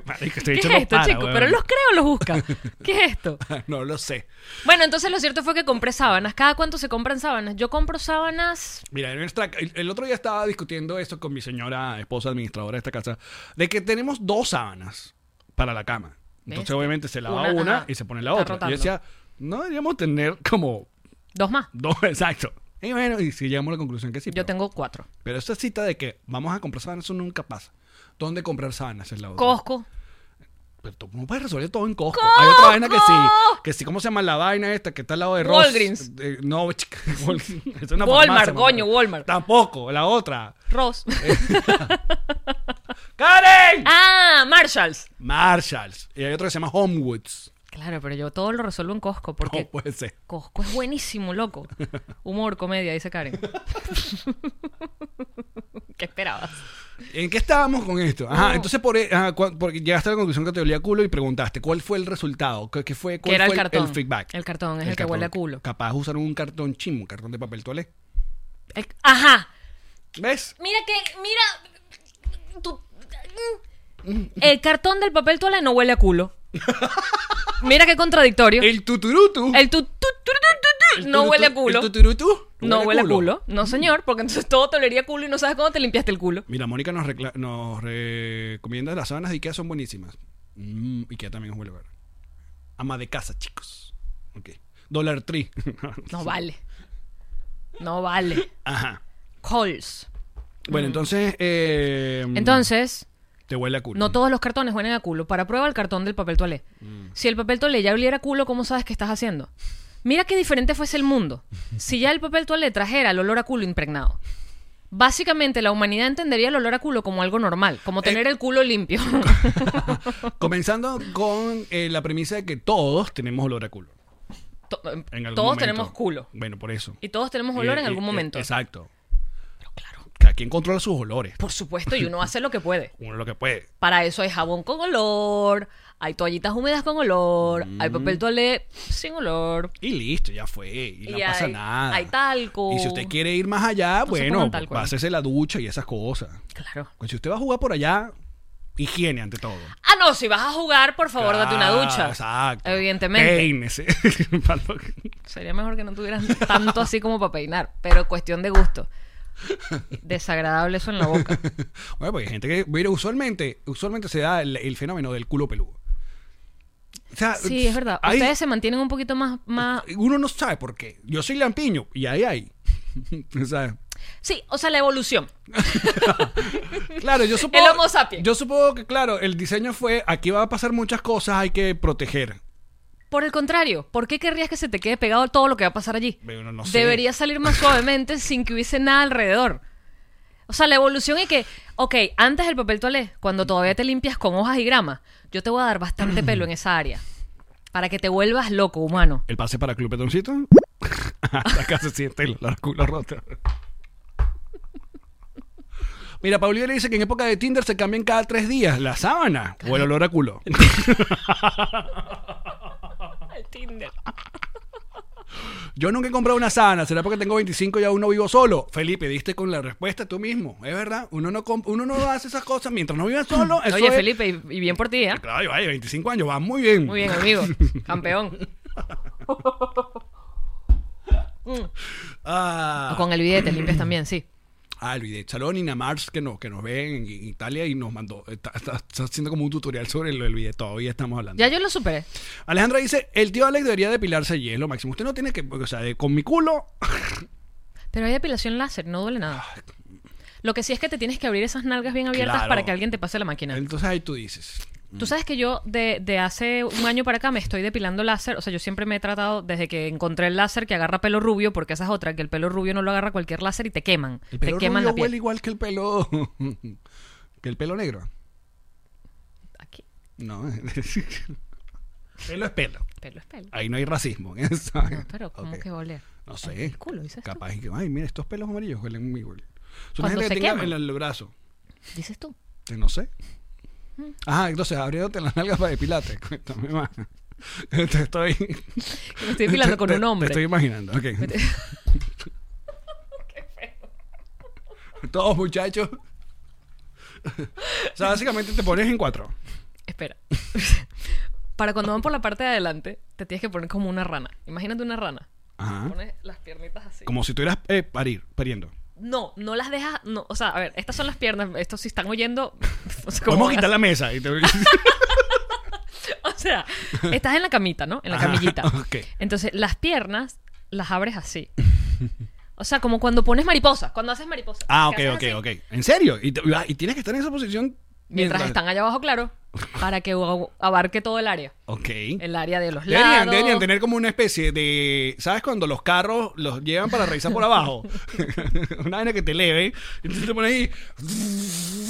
S2: Marico, este
S3: ¿qué es
S2: bicho
S3: esto,
S2: no para,
S3: chicos?
S2: weón.
S3: ¿Pero los creo o los busca? ¿Qué es esto?
S2: No lo sé.
S3: Bueno, entonces lo cierto fue que compré sábanas. ¿Cada cuánto se compran sábanas? Yo compro sábanas...
S2: Mira, en nuestra- el, el otro día estaba discutiendo esto con mi señora esposa administradora de esta casa, de que tenemos dos sábanas para la cama. Entonces,
S3: Bestia.
S2: obviamente, se lava
S3: Una,
S2: una,
S3: ajá.
S2: y se pone la
S3: Está
S2: otra.
S3: rotando.
S2: Y decía, no deberíamos tener como
S3: Dos más.
S2: dos, exacto. Y bueno, y si llegamos a la conclusión que sí.
S3: Yo
S2: pero,
S3: tengo cuatro.
S2: pero esa cita de que vamos a comprar sábanas, eso nunca pasa. ¿Dónde comprar sábanas es la otra?
S3: Costco.
S2: Pero tú no puedes resolver todo en Costco. Hay otra vaina que sí. Que sí, ¿cómo se llama la vaina esta que está al lado de Ross?
S3: Walgreens.
S2: Eh, no, chica. Walgreens. Es una
S3: Walmart,
S2: farmacia, mamá.
S3: coño, Walmart.
S2: Tampoco, la otra.
S3: Ross.
S2: Eh. ¡Karen!
S3: ah, Marshalls.
S2: Marshalls. Y hay otro que se llama Homewoods.
S3: Claro, pero yo todo lo resuelvo en Costco porque...
S2: No puede ser.
S3: Cosco es buenísimo, loco. Humor, comedia, dice Karen. ¿Qué esperabas?
S2: ¿En qué estábamos con esto? Ajá,
S3: No.
S2: entonces por, e, ajá, cua- porque llegaste a la conclusión que te olía culo y preguntaste cuál fue el resultado, qué, qué fue, cuál
S3: era el
S2: fue
S3: cartón?
S2: feedback.
S3: El cartón, es el que huele a culo.
S2: Capaz usaron un cartón chimo, un cartón de papel toalé.
S3: El- Ajá.
S2: ¿Ves?
S3: Mira que, mira. tú- El cartón del papel toalé no huele a culo. Mira qué contradictorio. El,
S2: El tuturutu.
S3: tu, tu- tu- tu- tu- tu-
S2: El
S3: no
S2: turutu-
S3: huele a culo.
S2: El tuturutu.
S3: No huele a culo. No, señor, porque entonces todo te olería a culo y no sabes cómo te limpiaste el culo.
S2: Mira, Mónica nos, recla- nos recomienda las sábanas de Ikea, son buenísimas. Mm, Ikea también es un buen lugar. Ama de casa, chicos. Ok. Dollar Tree.
S3: No vale. No vale.
S2: Ajá.
S3: Coles.
S2: Bueno, entonces. eh,
S3: Mm. Entonces,
S2: Te huele a culo.
S3: No todos los cartones huelen a culo. Para prueba el cartón del papel toalé.
S2: Mm.
S3: Si el papel toalé ya oliera a culo, ¿cómo sabes qué estás haciendo? Mira qué diferente fuese el mundo. Si ya el papel toalé trajera el olor a culo impregnado. Básicamente la humanidad entendería el olor a culo como algo normal,
S2: Eh.
S3: como tener el culo limpio.
S2: Comenzando con eh, la premisa de que todos tenemos olor a culo.
S3: To- todos
S2: En algún momento.
S3: tenemos culo.
S2: Bueno, por eso.
S3: Y todos tenemos olor
S2: Eh,
S3: en
S2: eh,
S3: algún
S2: eh,
S3: momento.
S2: Exacto.
S3: Pero claro.
S2: Cada quien controla sus olores.
S3: Por supuesto, y uno hace lo que puede.
S2: Uno lo que puede.
S3: Para eso hay jabón con olor, hay toallitas húmedas con olor,
S2: Mm.
S3: hay papel toalé sin olor.
S2: Y listo, ya fue. Y no
S3: Y
S2: pasa
S3: hay-
S2: nada.
S3: hay talco.
S2: Y si usted quiere ir más allá,
S3: se
S2: bueno,
S3: pongan talco, ¿no?
S2: pásese la ducha y esas cosas.
S3: Claro.
S2: Pues si usted va a jugar por allá, higiene ante todo.
S3: Ah, no, si vas a jugar, por favor, date una
S2: Claro,
S3: ducha.
S2: Exacto.
S3: Evidentemente.
S2: Peínese.
S3: Sería mejor que no tuvieras tanto así como para peinar, pero cuestión de gusto. Desagradable eso en la boca.
S2: Bueno, porque hay gente que. Mira, usualmente, usualmente se da el, el fenómeno del culo peludo. O sea,
S3: Sí, es verdad.
S2: hay-
S3: Ustedes se mantienen un poquito más, más...
S2: Uno no sabe por qué. Yo soy lampiño y ahí hay. o sea,
S3: Sí, o sea, la evolución.
S2: claro, yo supongo.
S3: El Homo sapiens.
S2: Yo supongo que, claro, el diseño fue: aquí va a pasar muchas cosas, hay que proteger.
S3: Por el contrario, ¿por qué querrías que se te quede pegado todo lo que va a pasar allí?
S2: Bueno, no sé.
S3: Debería salir más suavemente sin que hubiese nada alrededor. O sea, la evolución es que, ok, antes del papel toalé, cuando todavía te limpias con hojas y grama, yo te voy a dar bastante pelo en esa área. Para que te vuelvas loco, humano.
S2: El pase para Club Petoncito. Hasta acá se siente el el culo roto. Mira, Paul Oliveira dice que en época de Tinder se cambian cada tres días la sábana o el olor a culo.
S3: Al Tinder.
S2: Yo nunca he comprado una sábana, será porque tengo 25 y aún no vivo solo. Felipe, diste con la respuesta tú mismo, es verdad. Uno no, comp- uno no hace esas cosas mientras no vive solo. eso
S3: Oye,
S2: es-
S3: Felipe, y, y bien por ti, ¿eh?
S2: Claro, y vaya, 25 años, va muy bien.
S3: Muy bien, amigo. Campeón.
S2: Ah,
S3: O con el bidet te limpias también, sí.
S2: ah, Luis de Chalón y Namars que, no, que nos ven en Italia y nos mandó. Está, está- está haciendo como un tutorial sobre el, el video, todavía estamos hablando.
S3: Ya yo lo superé.
S2: Alejandra dice, el tío Alex debería depilarse allí, es lo máximo. Usted no tiene que, o sea, de- con mi culo.
S3: Pero hay depilación láser, no duele nada. Lo que sí es que te tienes que abrir esas nalgas bien abiertas
S2: Claro.
S3: para que alguien te pase la máquina.
S2: Entonces ahí tú dices.
S3: Tú sabes que yo de, de hace un año para acá me estoy depilando láser. O sea, yo siempre me he tratado, desde que encontré el láser que agarra pelo rubio, porque esa es otra, que el pelo rubio no lo agarra cualquier láser y te queman.
S2: El
S3: te
S2: pelo
S3: queman
S2: rubio
S3: la piel.
S2: huele igual que el pelo... que el pelo negro.
S3: Aquí,
S2: No. pelo es pelo.
S3: pelo es pelo.
S2: Ahí no hay racismo. ¿eh? Ah.
S3: No, pero ¿cómo que va a oler?
S2: No sé.
S3: El culo, dices tú.
S2: Capaz y que, ay, mira, estos pelos amarillos huelen muy igual. Es una
S3: Cuando
S2: gente que
S3: se
S2: tenga en
S3: queman.
S2: el brazo.
S3: Dices tú.
S2: Eh, No sé.
S3: Mm.
S2: Ajá, entonces abriéndote las nalgas para depilarte. Cuéntame más. Te estoy.
S3: Que Me estoy depilando con
S2: te-
S3: un
S2: Te estoy
S3: hombre.
S2: imaginando. Ok. Todos muchachos. o sea, básicamente te pones en cuatro.
S3: Espera. Para cuando van por la parte de adelante, te tienes que poner como una rana. Imagínate una rana.
S2: Ajá.
S3: Pones las piernitas así.
S2: Como si estuvieras eh, parir, pariendo.
S3: No, no las dejas. No, o sea, a ver, estas son las piernas. Esto si están oyendo. o sea, como
S2: Podemos
S3: las-
S2: quitar la mesa. Y te...
S3: O sea, estás en la camita, ¿no? En la
S2: Ajá,
S3: camillita.
S2: Ah, ok.
S3: Entonces, las piernas las abres así. O sea, como cuando pones mariposas, cuando haces mariposas.
S2: ah, ok,
S3: que
S2: ok,
S3: haces así,
S2: ok. ¿En serio? Y, te- ah, y tienes que estar en esa posición
S3: Mientras están allá abajo, claro, para que ab- abarque todo el área.
S2: Ok.
S3: El área de los
S2: Deberían,
S3: lados.
S2: deberían tener como una especie de. ¿Sabes cuando los carros los llevan para revisar por abajo? una vaina que te leve. Entonces te pones ahí.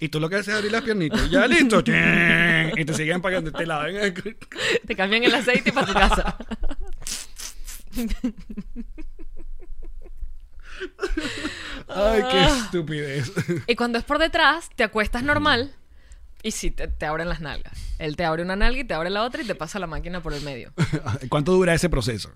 S2: Y tú lo que haces es abrir las piernitas. Ya listo. y te siguen pagando este lado.
S3: Te cambian el aceite para tu casa.
S2: Ay, qué
S3: Ah.
S2: estupidez.
S3: Y cuando es por detrás, te acuestas normal y sí, te, te abren las nalgas. Él te abre una nalga y te abre la otra y te pasa la máquina por el medio.
S2: ¿Cuánto dura ese proceso?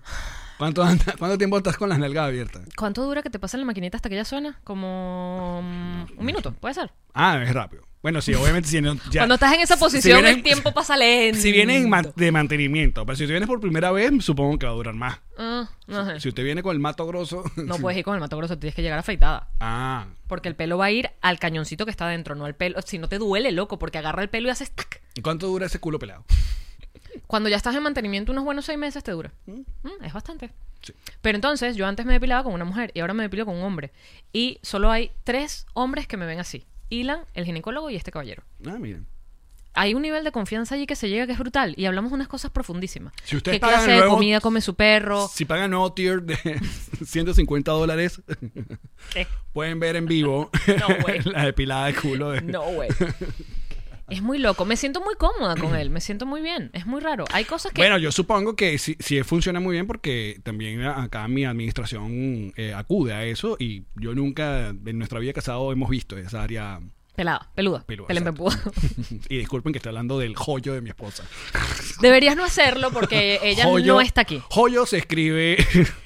S2: ¿Cuánto, anda- ¿Cuánto tiempo estás con las nalgas abiertas?
S3: ¿Cuánto dura que te pasen la maquinita hasta que ya suena? Como mm, un minuto, puede ser.
S2: Ah, es rápido. Bueno, sí, obviamente. Si no, ya-
S3: Cuando estás en esa
S2: si
S3: posición,
S2: vienes-
S3: el tiempo pasa lento.
S2: Si vienes en man- de mantenimiento, pero si tú vienes por primera vez, supongo que va a durar más.
S3: Ah, no, sé.
S2: Si usted viene con el mato grosso.
S3: No puedes ir con el mato grosso, tienes que llegar afeitada.
S2: Ah.
S3: Porque el pelo va a ir al cañoncito que está adentro, no al pelo. Si no te duele, loco, porque agarra el pelo y haces tac.
S2: ¿Y cuánto dura ese culo pelado?
S3: Cuando ya estás en mantenimiento, unos buenos seis meses te dura. Mm, es bastante.
S2: Sí.
S3: Pero entonces, yo antes me depilaba con una mujer y ahora me depilo con un hombre. Y solo hay tres hombres que me ven así: Ilan, el ginecólogo y este caballero.
S2: Ah, miren.
S3: hay un nivel de confianza allí que se llega que es brutal y hablamos de unas cosas profundísimas.
S2: Si ustedes
S3: ¿Qué
S2: pagan
S3: clase de
S2: luego-
S3: comida come su perro?
S2: Si pagan nuevo tier de 150 dólares,
S3: ¿Qué?
S2: pueden ver en vivo
S3: No way.
S2: la depilada de culo. De...
S3: No, güey. es muy loco. Me siento muy cómoda con él. Me siento muy bien. Es muy raro. Hay cosas que...
S2: Bueno, yo supongo que sí, sí funciona muy bien porque también acá mi administración eh, acude a eso y yo nunca en nuestra vida casado hemos visto esa área.
S3: Pelada, peluda.
S2: Peluda,
S3: pelen
S2: exacto.
S3: pepuda.
S2: y disculpen que estoy hablando del joyo de mi esposa.
S3: Deberías no hacerlo porque ella
S2: Joyo-
S3: no está aquí.
S2: Joyo se escribe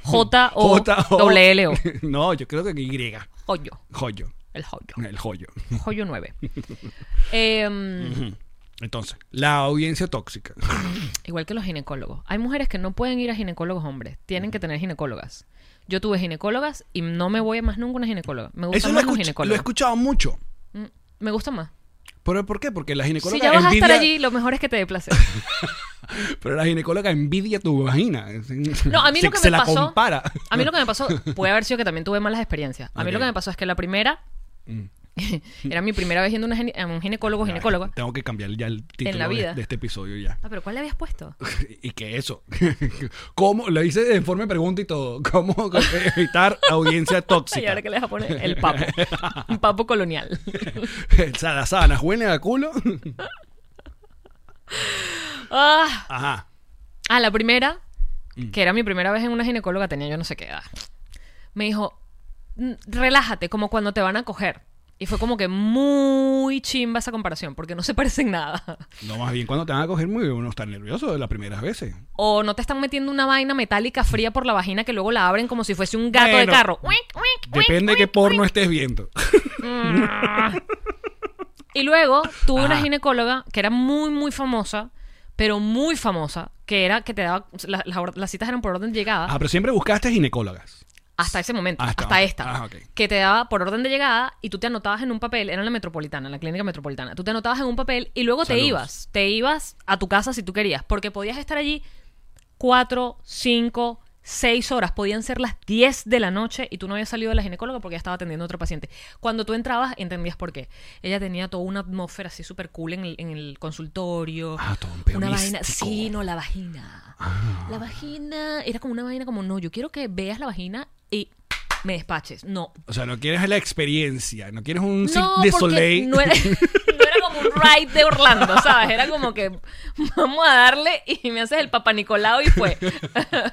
S3: J O doble L O.
S2: No, yo creo que Y.
S3: Joyo.
S2: Joyo.
S3: El joyo. Em,
S2: El joyo.
S3: Joyo 9.
S2: Entonces, la audiencia tóxica.
S3: Igual que los ginecólogos. Hay mujeres que no pueden ir a ginecólogos hombres. Tienen que tener ginecólogas. Yo tuve ginecólogas y no me voy a más nunca a una ginecóloga. Me
S2: Eso
S3: gustan
S2: lo,
S3: más los
S2: escuch- lo he
S3: ginecólogos.
S2: escuchado mucho.
S3: Mm, Me gusta más.
S2: ¿Pero por qué? Porque la ginecóloga
S3: Si ya vas a
S2: envidia,
S3: estar allí, lo mejor es que te dé placer.
S2: pero la ginecóloga envidia tu vagina.
S3: No, a mí
S2: se,
S3: lo que
S2: se
S3: me
S2: la
S3: pasó.
S2: compara.
S3: A mí lo que me pasó puede haber sido que también tuve malas experiencias. A mí lo
S2: Ok.
S3: que me pasó es que la primera era mi primera vez yendo a una gine- a un ginecólogo ginecóloga.
S2: Tengo que cambiar ya el título
S3: la
S2: de-
S3: vida.
S2: De, este episodio ya.
S3: Ah, pero ¿cuál le habías puesto?
S2: ¿Y qué eso? ¿Cómo? Lo hice en forma de pregunta y todo. ¿Cómo evitar audiencia
S3: Ay,
S2: tóxica?
S3: ahora que le vas a poner el papo. Un papo colonial.
S2: la sábana huele a culo.
S3: Ah,
S2: Ajá.
S3: Ah, la primera, que era mi primera vez en una ginecóloga, tenía yo no sé qué edad. Me dijo, "Mm, relájate, como cuando te van a coger. Y fue como que muy chimba esa comparación, porque no se parecen nada.
S2: No, más bien cuando te van a coger muy bien, uno está nervioso de las primeras veces.
S3: O no te están metiendo una vaina metálica fría por la vagina que luego la abren como si fuese un gato de
S2: Bueno,
S3: carro. Uink, uink, uink,
S2: Depende de qué
S3: uink,
S2: porno estés viendo.
S3: Y luego tuve una
S2: Ajá.
S3: ginecóloga que era muy, muy famosa, pero muy famosa, que era que te daba. la- la or- las citas eran por orden de llegada
S2: Ah, pero siempre buscaste ginecólogas.
S3: hasta ese momento,
S2: Hasta-
S3: hasta, esta.
S2: ah, ok.
S3: Que te daba por orden de llegada y tú te anotabas en un papel, era en la metropolitana, en la clínica metropolitana. Tú te anotabas en un papel y luego te
S2: Saludos.
S3: ibas. Te ibas a tu casa si tú querías, porque podías estar allí cuatro, cinco, seis horas. Podían ser las 10 de la noche y tú no habías salido de la ginecóloga porque ya estaba atendiendo a otro paciente. Cuando tú entrabas, entendías por qué. Ella tenía toda una atmósfera así súper cool en el, en el consultorio.
S2: Ah, todo un peo
S3: Una vaina.
S2: místico. Ah.
S3: Sí, no, la vagina. La vagina era como una vaina como, no, yo quiero que veas la vagina y me despaches. No.
S2: O sea, no quieres la experiencia, no quieres un
S3: no,
S2: Cirque de
S3: porque
S2: Soleil.
S3: no era, no era como un ride de Orlando, ¿sabes? Era como que vamos a darle y me haces el papá Nicolau y fue.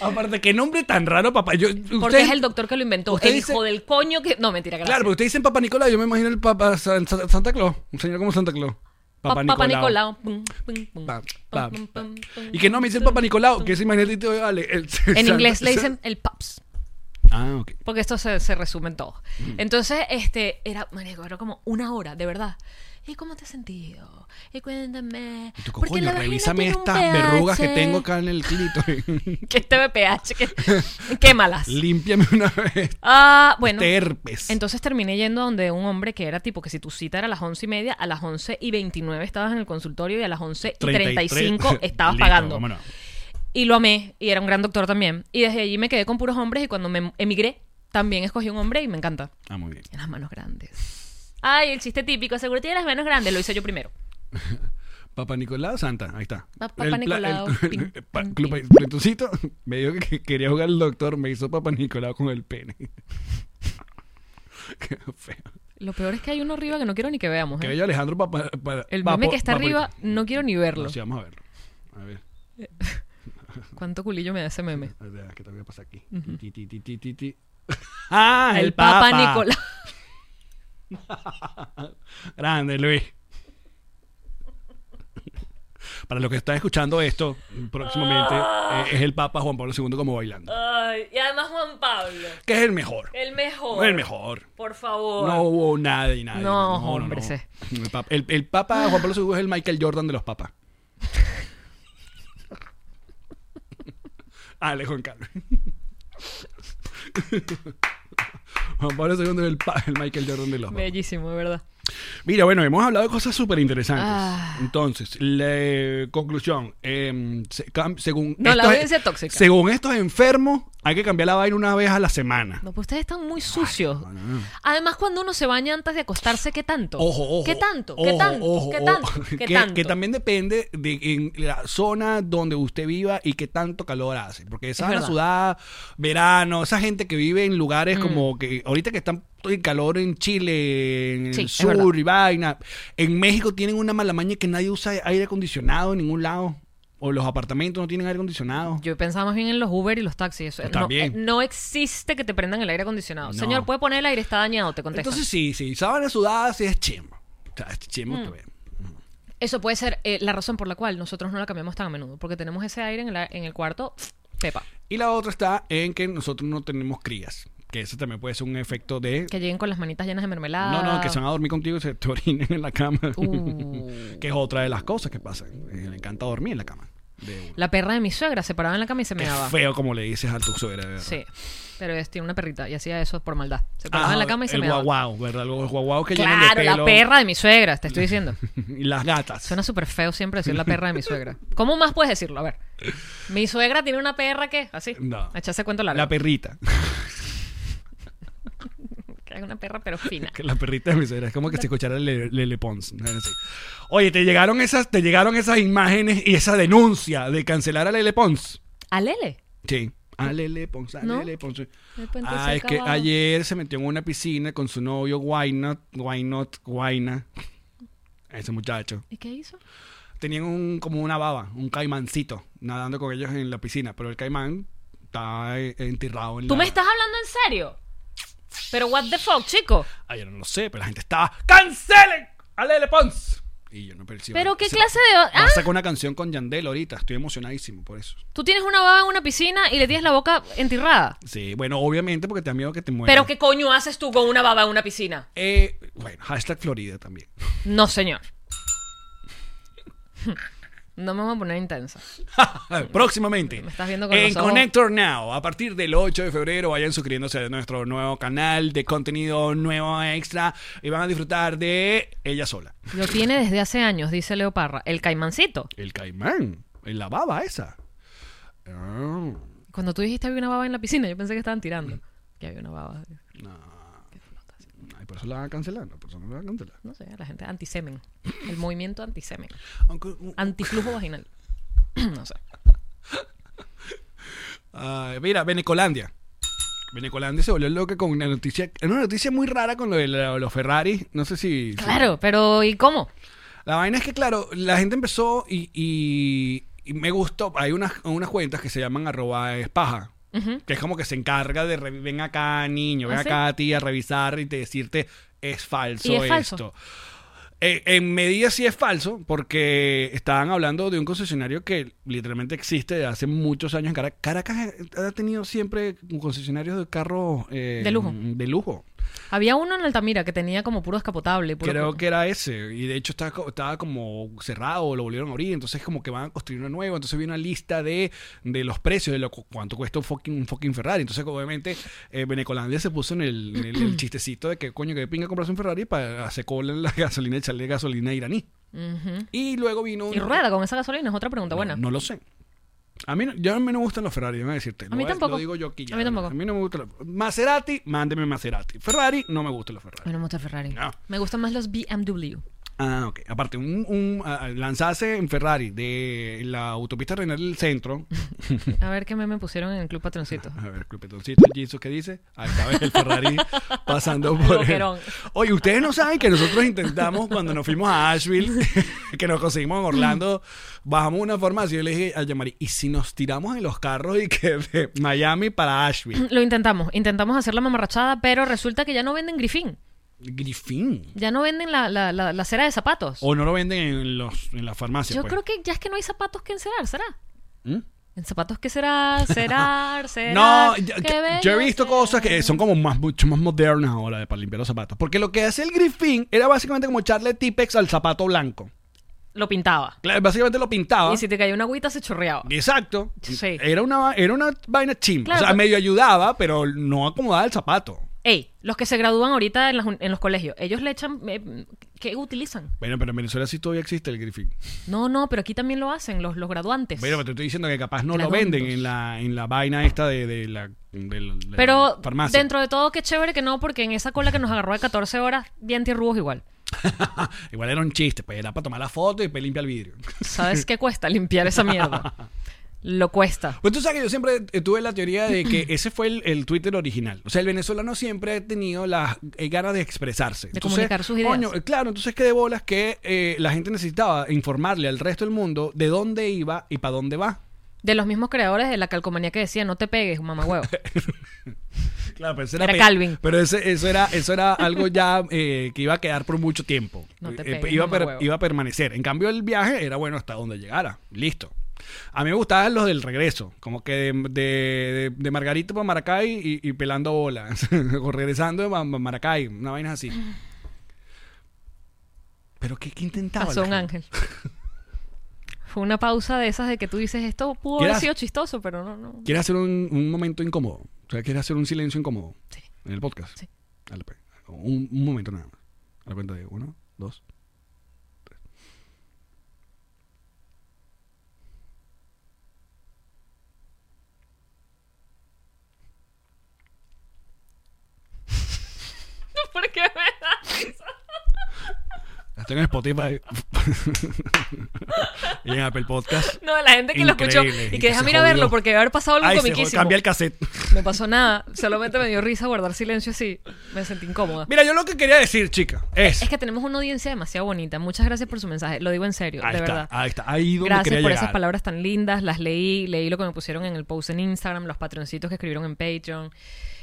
S2: Aparte, qué nombre tan raro, papá. Yo,
S3: Porque
S2: ustedes-
S3: es el doctor que lo inventó.
S2: usted
S3: El
S2: dice-
S3: hijo del coño que. No, mentira, gracias.
S2: Claro, porque ustedes dicen Papá Nicolás, yo me imagino el Papá San- San- Santa Claus, un señor como Santa Claus.
S3: Pa-
S2: Papá
S3: Papá
S2: Nicolau.
S3: Nicolau. Pum, pum, pum.
S2: Pa- pa-
S3: Pum, pum,
S2: pa.
S3: pum, pum,
S2: Y que no me dicen
S3: pum,
S2: Papá Nicolau,
S3: pum.
S2: que se imagínate, te- vale. el-
S3: En
S2: Santa-
S3: inglés le dicen el paps.
S2: Ah, ok.
S3: Porque esto se, se resume en todo.
S2: Mm.
S3: Entonces, este, era, marico, era como una hora, de verdad. ¿Y cómo te has sentido? Y cuéntame.
S2: Y tú,
S3: porque
S2: coño,
S3: la vagina
S2: revísame
S3: tiene un
S2: estas verrugas que
S3: pH,
S2: tengo acá en el clítoris.
S3: Que este BPH, que, quémalas.
S2: Límpiame una vez.
S3: Ah, bueno.
S2: Este Terpes.
S3: Entonces terminé yendo a donde un hombre que era tipo que si tu cita era a las once y media, a las once y veintinueve estabas en el consultorio y a las once y treinta y
S2: 33.
S3: cinco estabas
S2: Listo,
S3: pagando.
S2: vámonos.
S3: Y lo amé, y era un gran doctor también. Y desde allí me quedé con puros hombres y cuando me emigré, también escogí un hombre y me encanta.
S2: Ah, muy bien.
S3: En las manos grandes. Ay, el chiste típico, seguro tiene las manos grandes, lo hice yo primero.
S2: Papá Nicolau Santa, ahí está.
S3: Pa- Papá
S2: pla-
S3: Nicolau,
S2: el-
S3: pin,
S2: el pa-
S3: pin,
S2: club-
S3: pin.
S2: Pletoncito me dijo que quería jugar el doctor, me hizo Papá Nicolau con el pene. Qué feo.
S3: Lo peor es que hay uno arriba que no quiero ni que veamos.
S2: Que
S3: ¿eh?
S2: bello Alejandro Papá. pa-
S3: El
S2: Papo-
S3: meme que está
S2: Papo-
S3: arriba, no quiero ni verlo.
S2: No, sí, vamos a verlo. A ver,
S3: ¿Cuánto culillo me da ese meme?
S2: a ver, ¿qué te voy a pasar aquí? Ti, ti, ti, ti, ti, ti. ¡Ah! El,
S3: Papa
S2: Papa
S3: Nicolás.
S2: Grande, Luis. Para los que están escuchando esto, próximamente
S3: Ah.
S2: eh, es el Papa Juan Pablo II como bailando.
S3: Ay, y además Juan Pablo,
S2: Que es el mejor.
S3: el mejor.
S2: El mejor.
S3: Por favor.
S2: No hubo nada y nada.
S3: No, hombre, sé.
S2: El, papa, el- el papa Juan Pablo II es el Michael Jordan de los papas. Ale, Juan Carlos. Juan Pablo II es el, pa- el Michael Jordan de los papas.
S3: Bellísimo, de verdad.
S2: Mira, bueno, hemos hablado de cosas súper interesantes.
S3: Ah.
S2: Entonces, la eh, conclusión. em, se- cam- según
S3: No, la
S2: estos-
S3: audiencia tóxica.
S2: Según estos enfermos, hay que cambiar la vaina una vez a la semana.
S3: No, pues ustedes están muy sucios.
S2: no, no, no.
S3: Además, cuando uno se baña antes de acostarse, ¿qué tanto?
S2: Ojo, ojo.
S3: ¿Qué tanto? ¿Qué
S2: ojo,
S3: tanto?
S2: ojo,
S3: ¿Qué
S2: ojo.
S3: tanto? ¿Qué
S2: que,
S3: tanto?
S2: que también depende de en la zona donde usted viva y qué tanto calor hace. Porque esa zona
S3: verdad.
S2: sudada, verano, esa gente que vive en lugares
S3: Mm.
S2: como que ahorita que están el calor en Chile, en
S3: Sí,
S2: el
S3: es verdad.
S2: sur y vaina. En México tienen una mala maña que nadie usa aire acondicionado en ningún lado. O los apartamentos no tienen aire acondicionado.
S3: Yo pensaba más bien en los Uber y los taxis. Eso,
S2: Pues
S3: no,
S2: también.
S3: eh, no existe que te prendan el aire acondicionado.
S2: No.
S3: Señor, puede poner el aire, está dañado, te contesta.
S2: Entonces sí, sí, sábana sudada sí es chimbo. O sea, es
S3: Mm.
S2: chimbo también.
S3: Eso puede ser eh, la razón por la cual nosotros no la cambiamos tan a menudo. Porque tenemos ese aire en el, en el cuarto, pepa.
S2: Y la otra está en que nosotros no tenemos crías. que eso también puede ser un efecto de...
S3: Que lleguen con las manitas llenas de mermelada.
S2: No, no, que se van a dormir contigo y se te orinen en la cama.
S3: Uh.
S2: que es otra de las cosas que pasan. Eh, Le encanta dormir en la cama. De uno.
S3: La perra de mi suegra se paraba en la cama y se
S2: Qué
S3: meaba.
S2: feo como le dices a tu suegra, de verdad.
S3: Sí. Pero es, tiene una perrita y hacía eso por maldad. Se paraba
S2: Ah,
S3: en la cama y se
S2: el
S3: meaba.
S2: guaguao, ¿verdad? Los guaguaos que llenan de
S3: Claro,
S2: pelo.
S3: la perra de mi suegra, te estoy diciendo.
S2: y las gatas.
S3: Suena súper feo siempre decir la perra de mi suegra. ¿Cómo más puedes decirlo? A ver. Mi suegra tiene una perra que, así.
S2: No.
S3: Echarse cuento largo.
S2: La perrita.
S3: Que es una perra pero fina.
S2: Que la perrita de mi suegra. Es como que se escuchara Lele Lele Pons. ¿no? Así. Oye, te llegaron esas, te llegaron esas imágenes y esa denuncia de cancelar a Lele Pons.
S3: A Lele.
S2: Sí. A Lele Pons, a
S3: ¿No?
S2: Lele Pons.
S3: De repente se
S2: Ah, es que
S3: acaba.
S2: ayer se metió en una piscina con su novio Wynot, Wynot, Guayna. Ese muchacho.
S3: ¿Y qué hizo?
S2: tenían un, como una baba, un caimancito, nadando con ellos en la piscina, pero el caimán está eh, enterrado en
S3: ¿Tú
S2: la...
S3: me estás hablando en serio? Pero what the fuck, chico.
S2: Ay, yo no lo sé, pero la gente estaba... ¡Cancelen! ¡A Lele Pons! Y yo no percibo.
S3: ¿Pero qué clase de-
S2: Va
S3: ah?
S2: a sacar una canción con Yandel ahorita, estoy emocionadísimo por eso.
S3: Tú tienes una baba en una piscina y le tienes la boca entirrada.
S2: Sí, bueno, obviamente porque te da miedo que te mueras.
S3: ¿Pero qué coño haces tú con una baba en una piscina?
S2: Eh, bueno, hashtag Florida también.
S3: No, señor. No me voy a poner intensa.
S2: Próximamente.
S3: Me estás viendo con
S2: En
S3: los ojos.
S2: Connector Now. A partir del 8 de febrero vayan suscribiéndose a nuestro nuevo canal de contenido nuevo extra y van a disfrutar de ella sola.
S3: Lo tiene desde hace años, dice Leo Parra. El caimancito.
S2: El caimán. En la baba esa. Ah,
S3: Cuando tú dijiste había una baba en la piscina, yo pensé que estaban tirando. Que había una baba.
S2: ay, por eso la van a cancelar. No, por eso no la van a cancelar.
S3: No sé, la gente antisemen. El movimiento antisemen.
S2: Aunque, uh,
S3: Antiflujo vaginal. No sé.
S2: ah, mira, Venecolandia. Venecolandia se volvió loca con una noticia. Era una noticia muy rara con lo de la- los Ferrari. No sé si. si-
S3: Claro, pero ¿y cómo?
S2: La vaina es que, claro, la gente empezó y, y- y me gustó. Hay unas, unas cuentas que se llaman arroba es paja. Que es como que se encarga de re- ven acá, niño, ven
S3: ¿Ah, sí?
S2: acá, tía, revisar y te decirte es falso
S3: ¿Y es falso?
S2: esto. Eh, en medida sí es falso, porque estaban hablando de un concesionario que literalmente existe de hace muchos años en Caracas. Caracas ha tenido siempre concesionarios de carros eh,
S3: De lujo.
S2: De lujo.
S3: Había uno en Altamira que tenía como puro escapotable. Puro
S2: Creo que era ese. Y de hecho estaba, co- estaba como cerrado, lo volvieron a abrir. Entonces, como que van a construir uno nuevo. Entonces, viene una lista de, de los precios, de lo, cu- cuánto cuesta un fucking, un fucking Ferrari. Entonces, obviamente, eh, Benecolandia se puso en el, en el- el chistecito de que coño, que pinga comprarse un Ferrari para hacer cola en la gasolina, echarle gasolina iraní.
S3: Ujú.
S2: Y luego vino. un-
S3: ¿Y rueda con esa gasolina? Es otra pregunta buena.
S2: no, no lo sé. A mí no, yo a mí no me gustan los Ferrari, déjame decirte. Lo
S3: mí
S2: voy
S3: tampoco.
S2: Lo digo yo aquí ya.
S3: A mí tampoco.
S2: A mí no me gustan los Maserati, mándeme Maserati. Ferrari, no me gustan los Ferrari.
S3: A mí no me gusta el Ferrari.
S2: No.
S3: Me gustan más los BMW.
S2: Ah, ok. Aparte, un, un ah, lanzarse en Ferrari de la autopista Renal del Centro.
S3: A ver qué meme pusieron en el Club Patroncito.
S2: A ver, culpetoncito, Jesus, ¿qué dice? Acá ves el Ferrari pasando por. el-
S3: Boquerón.
S2: Oye, ustedes no saben que nosotros intentamos cuando nos fuimos a Asheville, que nos conseguimos en Orlando, bajamos una farmacia y yo le dije a Yamari, ¿y si nos tiramos en los carros y que de Miami para Asheville?
S3: Lo intentamos. Intentamos hacer la mamarrachada, pero resulta que ya no venden grifín.
S2: Grifín.
S3: Ya no venden la, la, la- la cera de zapatos.
S2: O no lo venden en, los, en la farmacia.
S3: Yo
S2: pues.
S3: creo que ya es que no hay zapatos que encerar, ¿será?
S2: ¿Mm?
S3: ¿En zapatos qué será? ¿Cerar? ¿Cerar?
S2: No, yo,
S3: ¿Qué
S2: que-
S3: bello
S2: yo he visto
S3: será?
S2: cosas que son como más, mucho más modernas ahora de para limpiar los zapatos. Porque lo que hace el Griffin era básicamente como echarle Tipex al zapato blanco.
S3: Lo pintaba.
S2: Claro, Básicamente lo pintaba.
S3: Y si te caía una agüita se chorreaba.
S2: Exacto.
S3: Sí.
S2: Era, una, era una vaina chimba. o
S3: Claro,
S2: sea,
S3: pero-
S2: medio ayudaba, pero no acomodaba el zapato.
S3: Ey, los que se gradúan ahorita en, las un- en los colegios, ellos le echan... eh, ¿Qué utilizan?
S2: Bueno, pero en Venezuela sí todavía existe el Griffin.
S3: No, no, pero aquí también lo hacen los, los graduantes.
S2: Bueno, pero te estoy diciendo que capaz no lo
S3: Gradondos.
S2: venden en la, en la vaina esta de, de la, de la- de la
S3: Pero
S2: farmacia.
S3: dentro de todo, qué chévere que no, porque en esa cola que nos agarró de 14 horas, bien tierrubos igual.
S2: Igual era un chiste, pues era para tomar la foto y para limpiar el vidrio.
S3: ¿Sabes qué cuesta limpiar esa mierda? Lo cuesta.
S2: Pues tú sabes que yo siempre eh, tuve la teoría de que ese fue el, el Twitter original. O sea, el venezolano siempre ha tenido las eh, ganas de expresarse.
S3: De comunicar sus ideas.
S2: coño, eh, claro, entonces que de bolas que eh, la gente necesitaba informarle al resto del mundo de dónde iba y para dónde va.
S3: De los mismos creadores de la calcomanía que decía, no te pegues, mamá huevo.
S2: Claro, pero eso
S3: Era
S2: pe-
S3: Calvin.
S2: Pero ese- eso, era, eso era algo ya eh, que iba a quedar por mucho tiempo.
S3: No te
S2: Eh,
S3: pegues,
S2: iba, a per-
S3: mamahuevo.
S2: iba a permanecer. En cambio, el viaje era bueno hasta donde llegara. Listo. A mí me gustaban los del regreso, como que de, de, de- de Margarito para Maracay y, y pelando bolas, o regresando de Ma- Ma- Maracay, una vaina así.
S3: Mm.
S2: Pero ¿qué, qué intentaba? la
S3: Pasó un
S2: gente?
S3: ángel. Fue una pausa de esas de que tú dices, esto pudo
S2: ¿Qué
S3: haber
S2: era?
S3: sido chistoso, pero no, no.
S2: ¿Quieres hacer un, un momento incómodo? O sea, ¿quieres hacer un silencio incómodo
S3: Sí.
S2: en el podcast?
S3: Sí.
S2: A la pe- un, un momento nada más. A la cuenta de uno, dos, tres.
S3: ¿Por qué me da risa?
S2: Estoy en Spotify y en Apple Podcast.
S3: No, la gente que lo
S2: Increíble,
S3: escuchó y
S2: y
S3: que
S2: que
S3: deja
S2: se
S3: mira
S2: jodió.
S3: verlo porque debe haber pasado algo
S2: Ay, se jod-
S3: comiquísimo.
S2: cambia el cassette.
S3: No pasó nada, solamente me dio risa guardar silencio así. Me sentí incómoda.
S2: Mira, yo lo que quería decir, chica, es...
S3: Es que tenemos una audiencia demasiado bonita. Muchas gracias por su mensaje. Lo digo en serio,
S2: ahí
S3: de
S2: está,
S3: verdad.
S2: ahí está, ahí donde
S3: Gracias
S2: quería
S3: por
S2: llegar.
S3: esas palabras tan lindas. Las leí, leí lo que me pusieron en el post en Instagram, los patroncitos que escribieron en Patreon.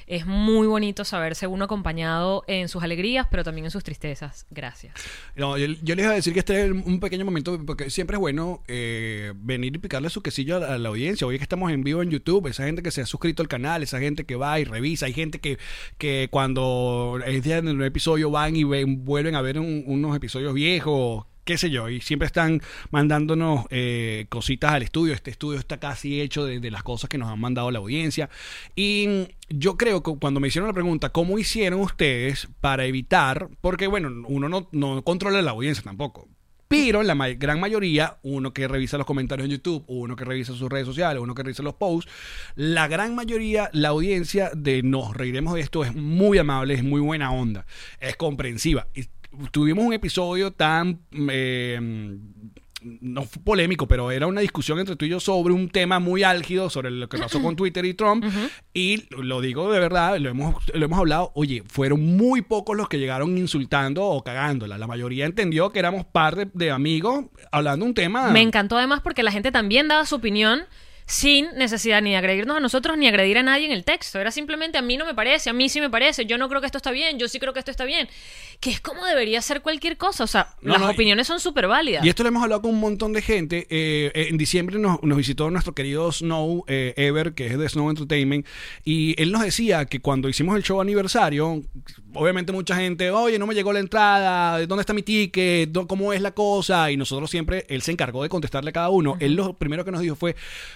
S3: Es muy bonito saberse uno acompañado en sus alegrías, pero también en sus tristezas. Gracias.
S2: No, yo, yo les iba a decir que este es un pequeño momento, porque siempre es bueno eh, venir y picarle su quesillo a la, a la audiencia. Hoy es que estamos en vivo en YouTube, esa gente que se ha suscrito al canal, esa gente que va y revisa, hay gente que, que cuando es día del nuevo episodio van y ven- vuelven a ver un- unos episodios viejos qué sé yo, y siempre están mandándonos eh, cositas al estudio. Este estudio está casi hecho de, de las cosas que nos han mandado la audiencia. Y mm, yo creo que cuando me hicieron la pregunta, ¿cómo hicieron ustedes para evitar? Porque, bueno, uno no, no controla la audiencia tampoco. Pero la ma- gran mayoría, uno que revisa los comentarios en YouTube, uno que revisa sus redes sociales, uno que revisa los posts, la gran mayoría, la audiencia de Nos Reiremos de Esto es muy amable, es muy buena onda, es comprensiva. Y tuvimos un episodio tan eh, no fue polémico, pero era una discusión entre tú y yo sobre un tema muy álgido sobre lo que pasó con Twitter y Trump. Y lo digo de verdad, lo hemos, lo hemos hablado. Oye, fueron muy pocos los que llegaron insultando o cagándola. La mayoría entendió que éramos par de, de amigos hablando un tema.
S3: Me encantó además porque la gente también daba su opinión sin necesidad ni de agredirnos a nosotros ni agredir a nadie en el texto. Era simplemente a mí no me parece, a mí sí me parece, yo no creo que esto está bien, yo sí creo que esto está bien. Que es como debería ser cualquier cosa. O sea,
S2: No,
S3: las
S2: no, y-
S3: opiniones son súper válidas.
S2: Y esto lo hemos hablado con un montón de gente. Eh, eh, en diciembre nos, nos visitó nuestro querido Snow eh, Ever, que es de Snow Entertainment, y él nos decía que cuando hicimos el show aniversario, obviamente mucha gente, oye, no me llegó la entrada, ¿dónde está mi ticket? ¿Dó- ¿Cómo es la cosa? Y nosotros siempre, él se encargó de contestarle a cada uno. Él lo primero que nos dijo fue,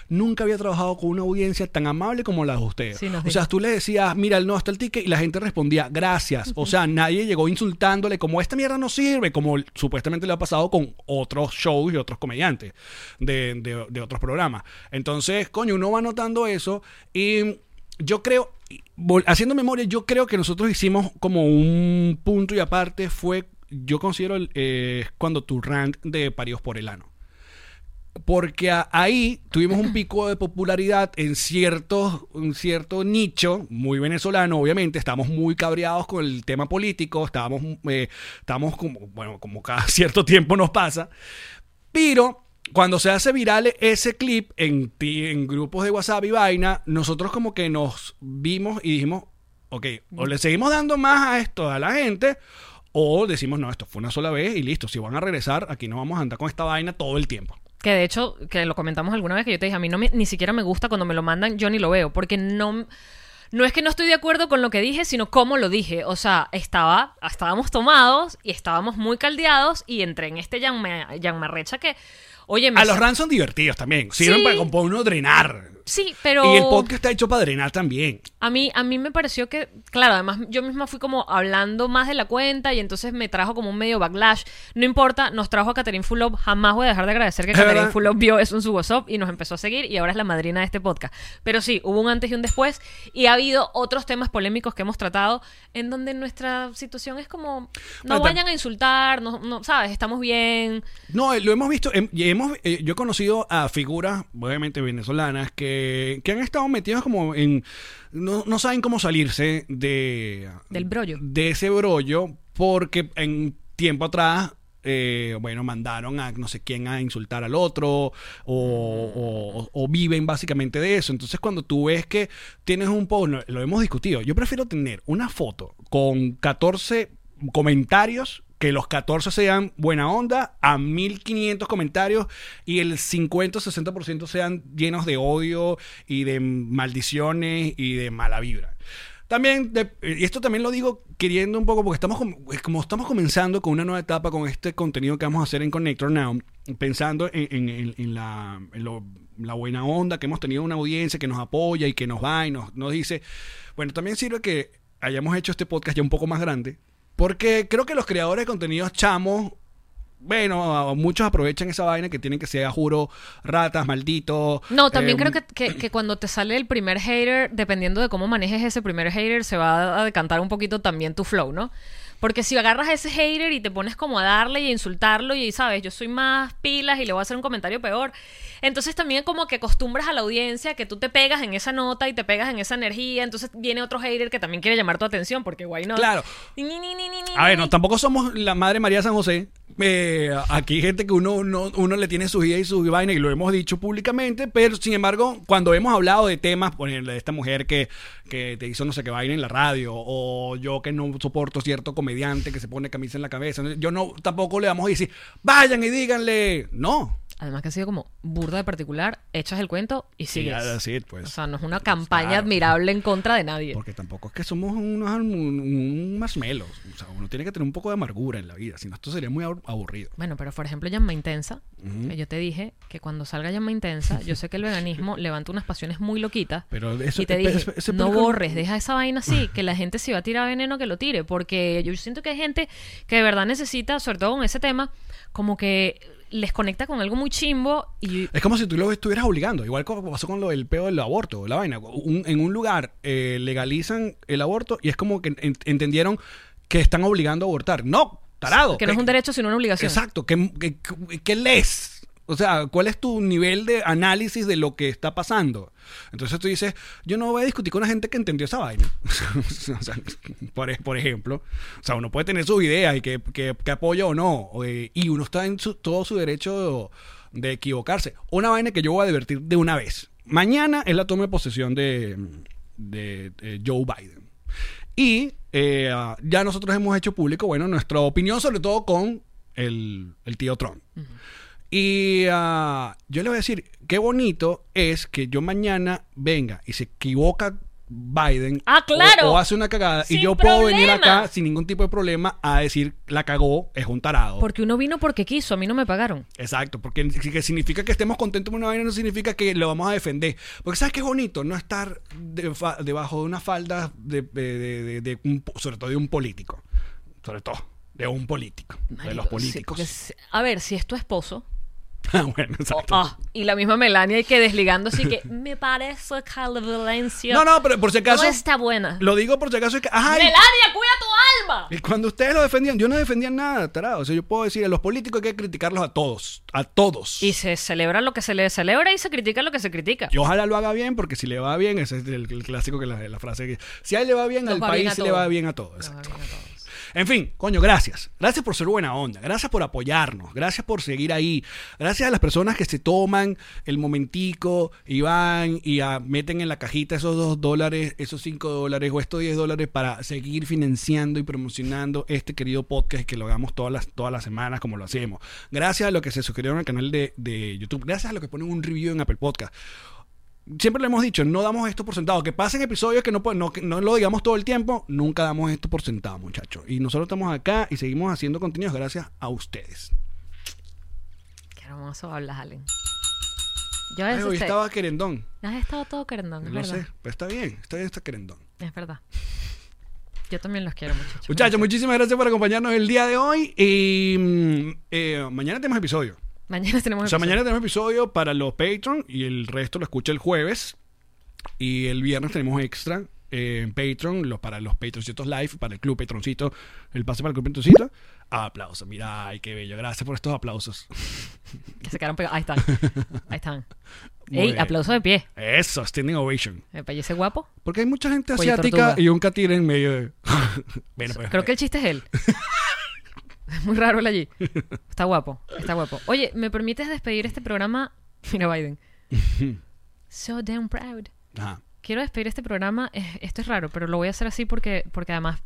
S2: nunca había trabajado con una audiencia tan amable como la de ustedes.
S3: Sí, nos
S2: o
S3: dijo.
S2: sea, tú le decías, mira, no está el ticket, y la gente respondía, gracias. O sea, nadie llegó insultándole como esta mierda no sirve, como supuestamente le ha pasado con otros shows y otros comediantes de, de- de otros programas. Entonces, coño, uno va notando eso y yo creo, y vol- haciendo memoria, yo creo que nosotros hicimos como un punto y aparte fue, yo considero, el, eh, cuando tu rant de Parios por el ano porque a- ahí tuvimos un pico de popularidad en cierto, un cierto nicho, muy venezolano, obviamente, estamos muy cabreados con el tema político, estábamos, eh, estábamos como, bueno, como cada cierto tiempo nos pasa, pero cuando se hace viral ese clip en, ti- en grupos de WhatsApp y vaina, nosotros como que nos vimos y dijimos, ok, o le seguimos dando más a esto a la gente, o decimos, no, esto fue una sola vez y listo, si van a regresar, aquí no vamos a andar con esta vaina todo el tiempo.
S3: Que de hecho, que lo comentamos alguna vez, que yo te dije, a mí no me- ni siquiera me gusta cuando me lo mandan, yo ni lo veo, porque no... No es que no estoy de acuerdo con lo que dije, sino cómo lo dije. O sea, estaba, estábamos tomados y estábamos muy caldeados y entré en este llanma- llamarrecha que, oye, me
S2: A los
S3: sa-
S2: rants son divertidos también. Sirven
S3: Sí.
S2: para, como para uno drenar.
S3: Sí, pero...
S2: Y el podcast está hecho para drenar también.
S3: A mí, a mí me pareció que, claro, además yo misma fui como hablando más de la cuenta y entonces me trajo como un medio backlash. No importa, nos trajo a Catherine Fulop. Jamás voy a dejar de agradecer que
S2: Es
S3: Catherine
S2: verdad.
S3: Fulop vio eso en su WhatsApp y nos empezó a seguir y ahora es la madrina de este podcast. Pero sí, hubo un antes y un después y ha habido otros temas polémicos que hemos tratado en donde nuestra situación es como, no
S2: Bueno, tam-
S3: vayan a insultar, no, no, ¿sabes? Estamos bien.
S2: No, eh, lo hemos visto. em, y hemos, eh, yo he conocido a figuras, obviamente venezolanas, que, que han estado metidas como en. No, no saben cómo salirse de.
S3: Del brollo.
S2: De ese brollo, porque en tiempo atrás. eh, bueno, mandaron a no sé quién a insultar al otro o, o- o viven básicamente de eso. Entonces, cuando tú ves que tienes un post, lo- lo hemos discutido, yo prefiero tener una foto con 14 comentarios que los 14 sean buena onda, a 1500 comentarios y el 50 o 60% sean llenos de odio y de maldiciones y de mala vibra. También, de- y esto también lo digo queriendo un poco, porque estamos com- como estamos comenzando con una nueva etapa con este contenido que vamos a hacer en Connector Now, pensando en, en- en- en la, en lo- la buena onda que hemos tenido una audiencia que nos apoya y que nos va y nos, nos dice. Bueno, también sirve que hayamos hecho este podcast ya un poco más grande, porque creo que los creadores de contenidos chamos bueno, a- muchos aprovechan esa vaina que tienen que ser, juro, ratas, malditos.
S3: No, también
S2: eh,
S3: creo que, que- que cuando te sale el primer hater, dependiendo de cómo manejes ese primer hater, se va a decantar un poquito también tu flow, ¿no? Porque si agarras a ese hater y te pones como a darle y a insultarlo y, ¿sabes? Yo soy más pilas y le voy a hacer un comentario peor. Entonces también como que acostumbras a la audiencia que tú te pegas en esa nota y te pegas en esa energía. Entonces viene otro hater que también quiere llamar tu atención porque guay no.
S2: Claro. A ver, no, tampoco somos la madre María San José. Eh, aquí hay gente que uno, uno, uno le tiene sus ideas y sus vainas y lo hemos dicho públicamente, pero sin embargo, cuando hemos hablado de temas, ponerle de esta mujer que, que te hizo no sé qué vaina en la radio, o yo que no soporto cierto comediante que se pone camisa en la cabeza, yo no, tampoco le vamos a decir, vayan y díganle, no.
S3: Además que ha sido como burda de particular, echas el cuento y
S2: Y
S3: sigues.
S2: that's it, pues.
S3: O sea, no es una campaña
S2: Claro.
S3: admirable en contra de nadie.
S2: Porque tampoco es que somos unos un, un marshmallow. O sea, uno tiene que tener un poco de amargura en la vida, si no, esto sería muy abur- aburrido.
S3: Bueno, pero por ejemplo, Llama Intensa, que yo te dije que cuando salga Llama Intensa, yo sé que el veganismo levanta unas pasiones muy loquitas.
S2: Pero eso-
S3: y te
S2: pe-
S3: dije,
S2: pe- ese
S3: no
S2: película-
S3: borres, deja esa vaina así, que la gente si va a tirar veneno, que lo tire. Porque yo siento que hay gente que de verdad necesita, sobre todo con ese tema, como que les conecta con algo muy chimbo y
S2: Es como si tú lo estuvieras obligando. Igual como pasó con lo del peo del aborto, la vaina. Un- en un lugar eh, legalizan el aborto y es como que en- entendieron que están obligando a abortar. No, tarado.
S3: que no es un
S2: Eh,
S3: derecho sino una obligación.
S2: Exacto. ¿Qué, qué, qué lees? O sea, ¿cuál es tu nivel de análisis de lo que está pasando? Entonces tú dices, yo no voy a discutir con la gente que entendió esa vaina. o sea, por, e- por ejemplo, o sea, uno puede tener sus ideas y que, que- que apoya o no, o, eh, y uno está en su- todo su derecho de equivocarse. Una vaina que yo voy a divertir de una vez. Mañana es la toma de posesión de, de, eh, Joe Biden. Y eh, ah, ya nosotros hemos hecho público, bueno, nuestra opinión, sobre todo con el, el tío Trump. Y ah, yo le voy a decir, qué bonito es que yo mañana venga y se equivoca Biden
S3: Ah, claro.
S2: o, o hace una cagada y
S3: Sin
S2: yo puedo venir
S3: problema.
S2: acá sin ningún tipo de problema a decir la cagó, es un tarado.
S3: Porque uno vino porque quiso, a mí no me pagaron.
S2: Exacto, porque que significa que estemos contentos con una vaina no significa que lo vamos a defender. Porque sabes qué es bonito no estar de fa- debajo de una falda, de, de- de- de- de un po- sobre todo de un político. Sobre todo, de un político. de
S3: Marico,
S2: los
S3: sí,
S2: políticos.
S3: porque si- a ver, si es tu esposo,
S2: Ah, bueno, exacto.
S3: Ah, y la misma Melania y que desligando así que me parece que la violencia
S2: No, no, pero por si acaso.
S3: no está buena.
S2: Lo digo por si acaso es que. ¡Ay!
S3: Melania, cuida tu alma.
S2: Y cuando ustedes lo defendían, yo no defendía nada, tarado. O sea, yo puedo decir, a los políticos hay que criticarlos a todos. A todos.
S3: Y se celebra lo que se le celebra y se critica lo que se critica.
S2: Y ojalá lo haga bien, porque si le va bien, ese es el, el clásico que la, la frase que si a él le va bien,
S3: Nos
S2: al
S3: va
S2: país
S3: bien a
S2: le
S3: todos.
S2: va bien a todos.
S3: Nos va
S2: exacto.
S3: bien a todos.
S2: En fin, coño, gracias. Gracias por ser buena onda. Gracias por apoyarnos. Gracias por seguir ahí. Gracias a las personas que se toman el momentico y van y ah, meten en la cajita esos dos dólares, esos cinco dólares o estos 10 dólares para seguir financiando y promocionando este querido podcast y que lo hagamos todas las, todas las semanas como lo hacemos. Gracias a los que se suscribieron al canal de, de YouTube. Gracias a los que ponen un review en Apple Podcast siempre lo hemos dicho, no damos esto por sentado. Que pasen episodios que no, po- no, que no lo digamos todo el tiempo, nunca damos esto por sentado, muchachos. Y nosotros estamos acá y seguimos haciendo contenidos gracias a ustedes.
S3: Qué hermoso hablas, Allen. Yo a
S2: Ay,
S3: veces
S2: hoy
S3: te-
S2: estaba querendón.
S3: este, Has estado todo querendón, es
S2: No
S3: verdad.
S2: sé, pero está bien, está bien, está querendón.
S3: Es verdad. Yo también los quiero, muchachos.
S2: Muchachos, muchísimas gracias por acompañarnos el día de hoy. Y mm, eh, mañana tenemos episodio.
S3: Mañana tenemos
S2: O sea,
S3: episodio.
S2: mañana tenemos episodio para los Patreon y el resto lo escucha el jueves. Y el viernes tenemos extra eh, en Patreon, los, para los Patroncitos Live, para el Club Patroncito, el pase para el Club Patroncito. Aplausos, mira, ay, qué bello. Gracias por estos aplausos.
S3: Que se quedaron pegados. Ahí están. Ahí están.
S2: Muy
S3: Ey,
S2: bien.
S3: aplauso de pie. Eh,
S2: Eso, standing ovation.
S3: Me parece guapo.
S2: Porque hay mucha gente
S3: Pollo
S2: asiática
S3: tortuga.
S2: y un catire en medio de... Bueno, pues,
S3: Creo que el chiste es él. es muy raro el allí. Está guapo, está guapo. Oye, ¿me permites despedir este programa? Mira, Biden. so damn proud.
S2: Ajá.
S3: Quiero despedir este programa. eh, Esto es raro, pero lo voy a hacer así porque, porque además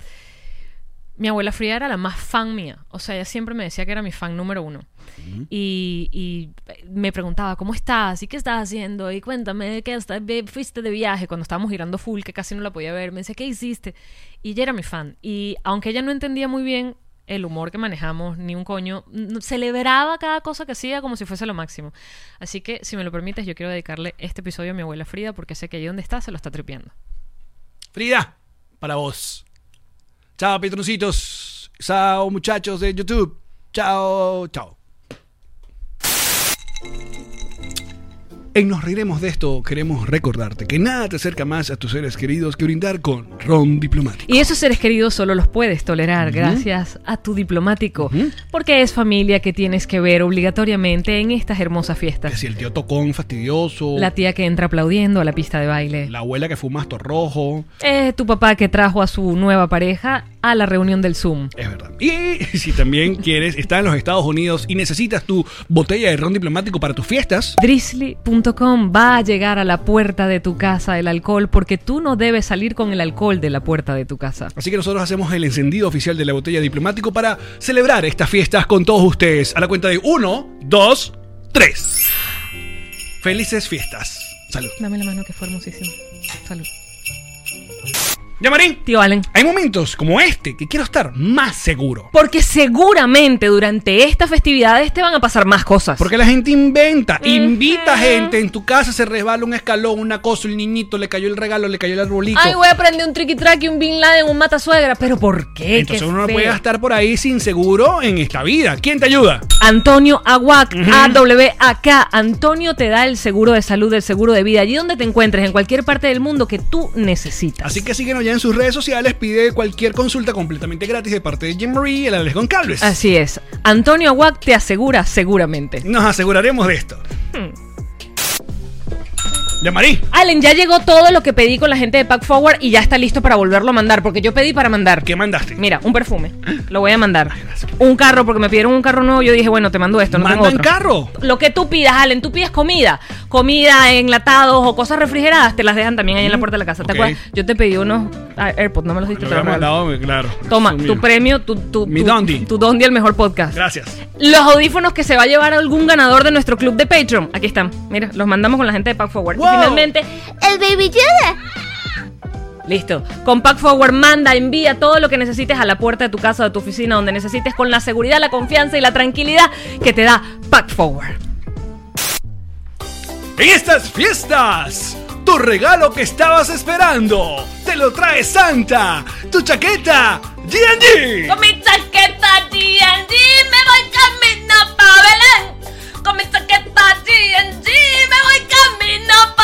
S3: mi abuela Frida era la más fan mía. O sea, ella siempre me decía que era mi fan número uno. Y, y me preguntaba, ¿cómo estás? ¿Y qué estás haciendo? Y cuéntame, ¿de ¿qué estás? ve- fuiste de viaje? Cuando estábamos girando full, que casi no la podía ver, me decía, ¿qué hiciste? Y ella era mi fan. Y aunque ella no entendía muy bien el humor que manejamos, ni un coño, n- celebraba cada cosa que hacía como si fuese lo máximo. Así que, si me lo permites, yo quiero dedicarle este episodio a mi abuela Frida, porque sé que ahí donde está se lo está tripeando.
S2: Frida, para vos. Chao, patroncitos. Chao, muchachos de YouTube. Chao, chao. En Nos Riremos de esto, queremos recordarte que nada te acerca más a tus seres queridos que brindar con Ron Diplomático.
S3: Y esos seres queridos solo los puedes tolerar gracias a tu diplomático, porque es familia que tienes que ver obligatoriamente en estas hermosas
S2: Que
S3: fiestas.
S2: si el tío tocón fastidioso,
S3: La
S2: la,
S3: tía que entra aplaudiendo a la pista de baile.
S2: abuela que fuma astor rojo.
S3: Eh, tu papá que trajo a su nueva pareja a la reunión del Zoom.
S2: Es verdad. Y si también quieres, estar en los Estados Unidos y necesitas tu botella de ron diplomático para tus fiestas,
S3: Drizzly.com va a llegar a la puerta de tu casa el alcohol porque tú no debes salir con el alcohol de la puerta de tu casa.
S2: Así que nosotros hacemos el encendido oficial de la botella diplomático para celebrar estas fiestas con todos ustedes. A la cuenta de 1, 2, 3. Felices fiestas. Salud.
S3: Dame la mano que fue hermosísimo. Salud.
S2: Yamarín,
S3: Tío Allen.
S2: hay momentos como este que quiero estar más seguro.
S3: Porque seguramente durante estas festividades te van a pasar más cosas.
S2: Porque la gente inventa, invita
S3: Ujú.
S2: gente, en tu casa se resbala un escalón, una cosa, el niñito le cayó el regalo, le cayó el arbolito.
S3: Ay, voy a prender un tricky track y un Bin Laden, un matasuegra. ¿Pero por qué?
S2: Entonces
S3: eh, Qué
S2: uno no
S3: feo.
S2: puede estar por ahí sin seguro en esta vida. ¿Quién te ayuda?
S3: Antonio Aguac, AWAK. Antonio te da el seguro de salud, el seguro de vida, allí donde te encuentres, en cualquier parte del mundo que tú necesitas.
S2: Así que síguenos ya en sus redes sociales, pide cualquier consulta completamente gratis de parte de Jim Marie y el Alex Goncalves.
S3: Así es. Antonio Aguac te asegura seguramente.
S2: Nos aseguraremos de esto. Mm. Yamarí,
S3: Allen, ya llegó todo lo que pedí con la gente de Pack Forward y ya está listo para volverlo a mandar, porque yo pedí para mandar.
S2: ¿qué mandaste?
S3: Mira, un perfume. Lo voy a mandar.
S2: gracias.
S3: Un carro, porque me pidieron un carro nuevo. Yo dije, bueno, te mando esto, no tengo
S2: ¿Mandan
S3: otro.
S2: carro?
S3: Lo que tú pidas, Allen, tú pides comida, comida, enlatados o cosas refrigeradas, te las dejan también ahí en la puerta de la casa.
S2: Ok.
S3: ¿Te acuerdas? Yo te pedí unos ah, AirPods, no me los diste. te los regalo.
S2: claro.
S3: Toma,
S2: Eso
S3: tu
S2: mío.
S3: premio, tu, tu,
S2: Mi
S3: tu-
S2: Dondi.
S3: tu Dondi al mejor podcast.
S2: Gracias.
S3: Los audífonos que se va a llevar algún ganador de nuestro club de Patreon. Aquí están. Mira, los mandamos con la gente de Pack Forward.
S2: Wow.
S3: Y finalmente, el Baby Yoda. Listo. Con Pack Forward manda, envía todo lo que necesites a la puerta de tu casa o de tu oficina, donde necesites, con la seguridad, la confianza y la tranquilidad que te da Pack Forward.
S2: En estas fiestas, tu regalo que estabas esperando, te lo trae Santa, tu chaqueta, GG.
S5: Con mi chaqueta G&G me voy camino pa' Belén. Con mi chaqueta G&G me voy camino pa'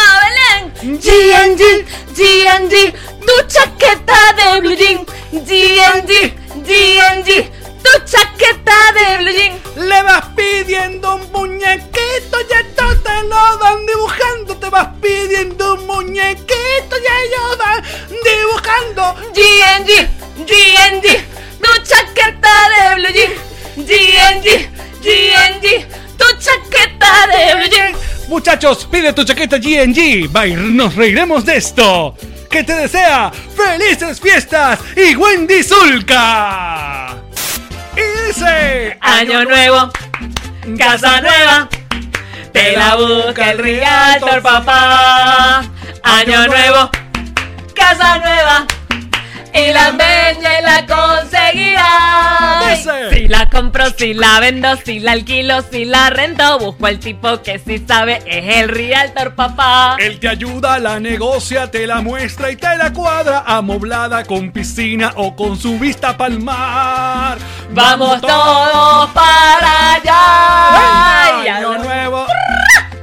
S5: Belén. G&G, G&G, tu chaqueta de blue jean. G&G, G&G, tu chaqueta de blue jean.
S2: Le vas pidiendo un muñequito y esto te lo van dibujando. Te vas pidiendo un muñequito y ellos van dibujando.
S5: G&G, G&G, tu chaqueta de blue jean. G&G, G&G, tu chaqueta de blue jean.
S2: Muchachos, pide tu chaqueta GNG. Bye, nos reiremos de esto. Que te desea felices fiestas y Wendy Zulka. Y dice:
S5: Año nuevo, casa nueva, te la busca el realtor papá. Año nuevo, casa nueva, y la bella y la conseguirá.
S2: Dice.
S5: Si la compro, si la vendo, si la alquilo, si la rento, busco el tipo que sí sabe, es el realtor papá.
S2: Él te ayuda, la negocia, te la muestra y te la cuadra. Amoblada con piscina o con su vista pa'l mar.
S5: Vamos todos para allá. Y
S2: Año
S5: ahora-
S2: nuevo,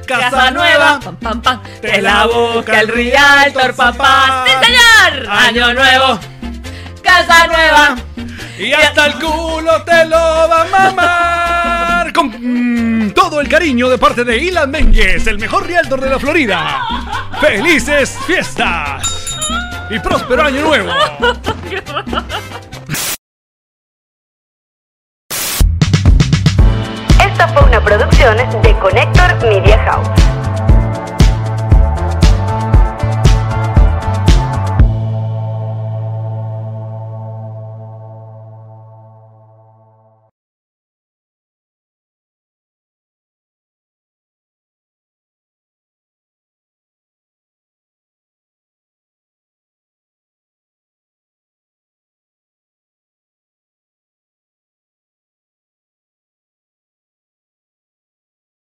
S5: Casa nueva, pam pam pam, te la busca el Realtor, papá. ¡Sí, señor! Año nuevo, casa nueva,
S2: Y hasta el culo te lo va a mamar. Con mm, todo el cariño de parte de Ilan Menges, el mejor realtor de la Florida. ¡Felices fiestas! Y próspero año nuevo.